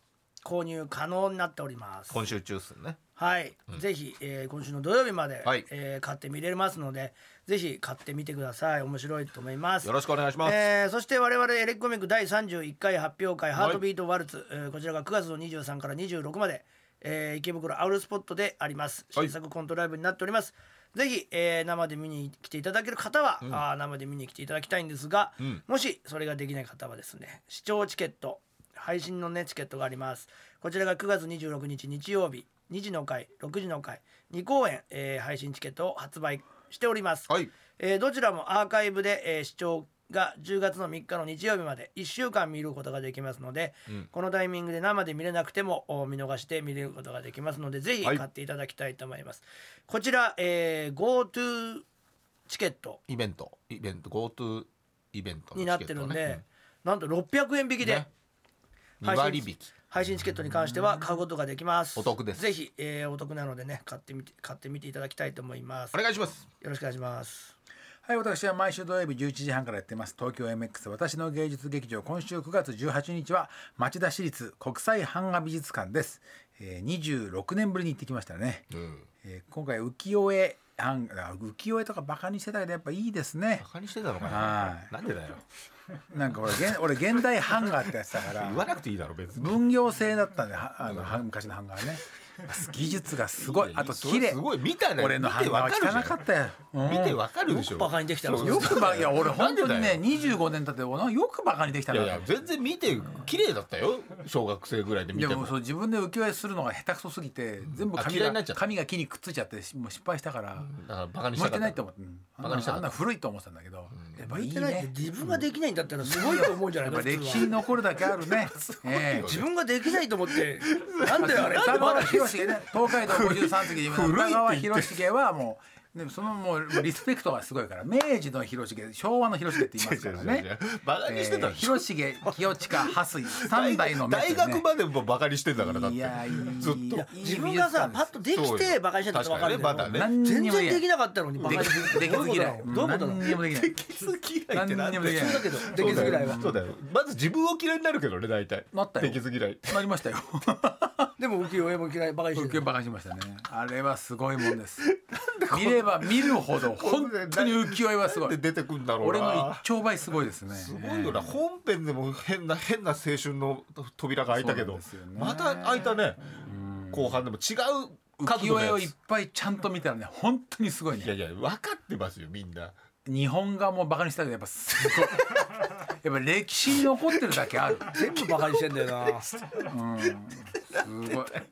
S3: 購入可能になっております
S2: 今週中っすね
S3: はい、ぜひ、えー今週の土曜日まで、
S2: はい
S3: えー買って見れますのでぜひ買ってみてください面白いと思います
S2: よろしくお願いします、
S3: えーそして我々エレコミック第31回発表会「ハートビートワルツ」えーこちらが9月の23から26まで、えー池袋アウルスポットであります
S2: はい
S3: 新作コントライブになっております、ぜひ、えー生で見に来ていただける方は、あー生で見に来ていただきたいんですが、
S2: ん
S3: もしそれができない方はですね視聴チケット配信のねチケットがありますこちらが9月26日日曜日2時の回6時の回2公演、えー配信チケットを発売しております、
S2: はい
S3: えーどちらもアーカイブで、えー視聴が10月の3日の日曜日まで1週間見ることができますので、このタイミングで生で見れなくてもお見逃して見れることができますのでぜひ
S2: はい
S3: 買っていただきたいと思います。こちら、えー GoTo チケット
S2: イベントイベント GoTo イベントの
S3: になってるん
S2: チケ
S3: で、
S2: ッ
S3: なんと600円引き
S2: ト
S3: で、
S2: ねね2割引き
S3: 配信チケットに関しては買うことができます。
S2: お得です
S3: ぜひ、えーお得なのでね買ってみて買ってみていただきたいと思います。
S2: お
S3: よ
S2: 願いします
S3: ろしくお願いします。
S4: はい、私は毎週土曜日11時半からやってます。東京 MX 私の芸術劇場、今週9月18日は町田市立国際版画美術館です。えー、26年ぶりに行ってきましたね。
S2: うん
S4: えー今回浮世絵版画、あ浮世絵とかバカにしてたけどやっぱいいです
S2: (laughs)
S4: ね
S2: バ。カにしてたのか
S4: は
S2: ななんでだよ
S4: なんか俺現俺現代版画ってやつだから
S2: (laughs) 言。わなくていいだろ別に
S4: 分業制だったんで、はあのは昔の版画はね。技術がすごい、あと
S2: そ
S4: 綺
S2: れ
S4: 麗
S2: す。ごい見たね
S4: 俺の版画は
S2: 見てわ
S4: 汚
S2: か
S4: か
S2: る
S4: ったよ。うん
S2: じゃん見てわかるでしょ
S3: バカにできたら
S2: そう
S4: よくばいや俺
S2: な
S4: 本
S2: んで
S4: 当に
S2: だ
S4: ね
S2: よ
S4: 25年経って俺よくバカにできた
S2: い
S4: な
S2: やいや全然見て綺麗だったよ小学生ぐらいで見
S4: で
S2: て
S4: も
S2: も
S4: そう自分で浮世絵するのが下手くそすぎて全部
S2: あ
S4: 紙
S2: 嫌いにな
S4: が
S2: っちゃった
S4: 紙が木にくっついちゃってしもう失敗したから
S2: だからバカにし
S4: 向い
S2: たか
S4: て
S2: っ
S4: ないと
S2: た
S4: 思ってうんあ
S2: バ
S4: ん
S2: カにした
S4: な
S2: か
S4: あん
S2: った
S4: な古いと思ってたんだけどやっぱい
S3: 見
S4: い
S3: てないって
S4: ね
S3: 自分ができないんだったらすごいと思うんじゃな
S4: や
S3: い
S4: っ
S3: の
S4: ぱ
S3: 普通は
S4: 歴史に残るだけあるねええ
S3: 自分ができないと思っ
S2: (laughs)
S3: てなんであれ
S4: 歌川広重ね東海道53次で有名な
S2: 古
S4: 歌
S2: いって
S4: 川広重はもうでもそのもうリスペクトがすごいから明治の広重昭和の広重って言いますから
S2: 違う違う
S4: ね
S2: 違うバカにしてた
S4: え
S2: の
S4: え広重清親蓮水三代の名手
S2: 大
S4: ね
S2: 学までもバカにしてんだからだっ
S4: い
S2: て
S4: やいい
S2: ずっ
S4: い
S2: と
S4: や
S3: 自分がさパッとでき
S2: そう
S3: て
S2: よ
S3: バカにしてたってわかるんだ
S2: 確か
S3: よ
S2: にねバカ
S4: 何
S3: 全
S4: にも
S3: 然でき
S4: い
S3: なかったのにバカにする
S4: できず嫌い
S3: どういうことな
S4: 何
S3: の
S4: にもできない
S2: 出来嫌いってなんだ
S4: 何に
S2: よ
S4: もできない
S2: そうだけど
S3: 出来ず嫌いは
S2: そうだよまず自分を嫌いになるけどね大体
S4: なったよ
S2: 出来嫌い
S4: なりましたよ
S3: でも浮世絵も嫌いバカにして
S4: 受
S3: た
S4: けバカにしましたねあれはすごいもんです見れば見るほど本当に浮世絵はすご
S2: で
S4: い
S2: 出てくんだろう
S4: 俺の
S2: な
S4: 一丁倍すごいですね
S2: すごいよな本編でも変な変な青春の扉が開いたけ
S4: そ
S2: ど、
S4: うなんですよね
S2: また開いたね後半でも違う
S4: 浮
S2: 角度
S4: 世
S2: の
S4: 絵
S2: や
S4: を
S2: つ
S4: いっぱいちゃんと見たらね本当にすごい
S2: いや
S4: ね
S2: いや分かってますよみんな
S4: 日本画もバカにしたけどやっぱすごいやっぱ歴史に残ってるだけある
S3: 全部バカにしてんだよな
S4: すごい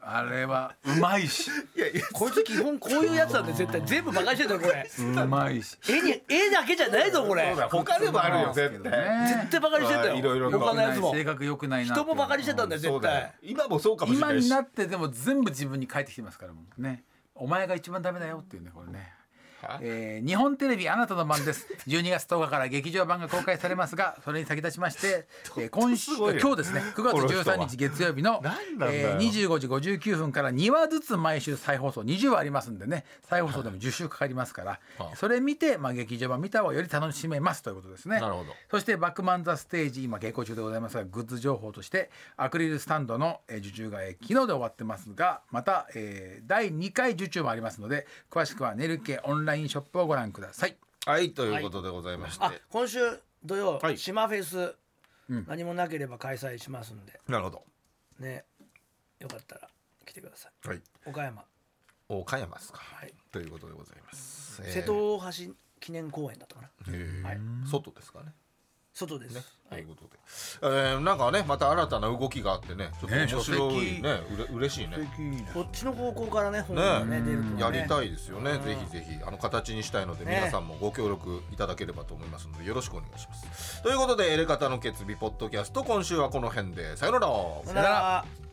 S4: あれはうまいし
S2: いやいや
S3: こいつ基本こういうやつなんで絶対全部バカにしてんだよこれ
S4: うまいし
S3: 絵に絵だけじゃないぞこれ
S2: そうだ他でもあるよ絶対
S3: 絶対バカにしてんだよ
S2: いろいろ
S4: 良
S3: 他
S4: く
S3: のや
S4: な
S3: つ
S4: い
S3: も
S4: 性格良くないなって
S3: 人もバカにしてたんだよ
S2: そ
S3: 絶
S2: うだよ
S3: 対
S2: 今もそうかもしれ
S4: 今
S2: ない
S4: に
S2: し
S4: なってでも全部自分に返ってきてますからもうねお前が一番ダメだよっていうねこれね
S2: は。
S4: えー日本テレビあなたの番です12月10日から劇場版が公開されますがそれに先立ちまして、えー今
S2: (laughs)
S4: 週
S2: すごいよ
S4: 今日ですね9月13日月曜日の
S2: 何なんだよ
S4: えー25時59分から2話ずつ毎週再放送20話ありますんでね再放送でも10週かかりますから、
S2: はい
S4: それ見て、まあ、劇場版見た方がより楽しめますということですね
S2: なるほど
S4: そして「バックマン・ザ・ステージ」今稽古中でございますがグッズ情報としてアクリルスタンドのえー受注がえー昨日で終わってますがまた、えー第2回受注もありますので詳しくはネルケオンラインショップをご覧ください。
S2: はいということでございまして、
S3: あ今週土曜
S2: はい
S3: 島フェス何もなければ開催しますんで
S2: なるほど
S3: ねよかったら来てください
S2: はい
S3: 岡山
S2: 岡山ですか、
S3: はい
S2: ということでございます、えー
S3: 瀬戸大橋記念公園だったかな、
S2: えー外ですかね
S3: 外です、
S2: ということで、えーなんかねまた新たな動きがあってねちょっと面白いねうれ嬉しいねね
S3: こっちの方向からね本がね出るとね
S2: やりたいですよね、ぜひぜひあの形にしたいので、
S3: ね
S2: 皆さんもご協力いただければと思いますのでよろしくお願いしますということでエレカタの決意ポッドキャスト今週はこの辺でさよなら
S3: さよなら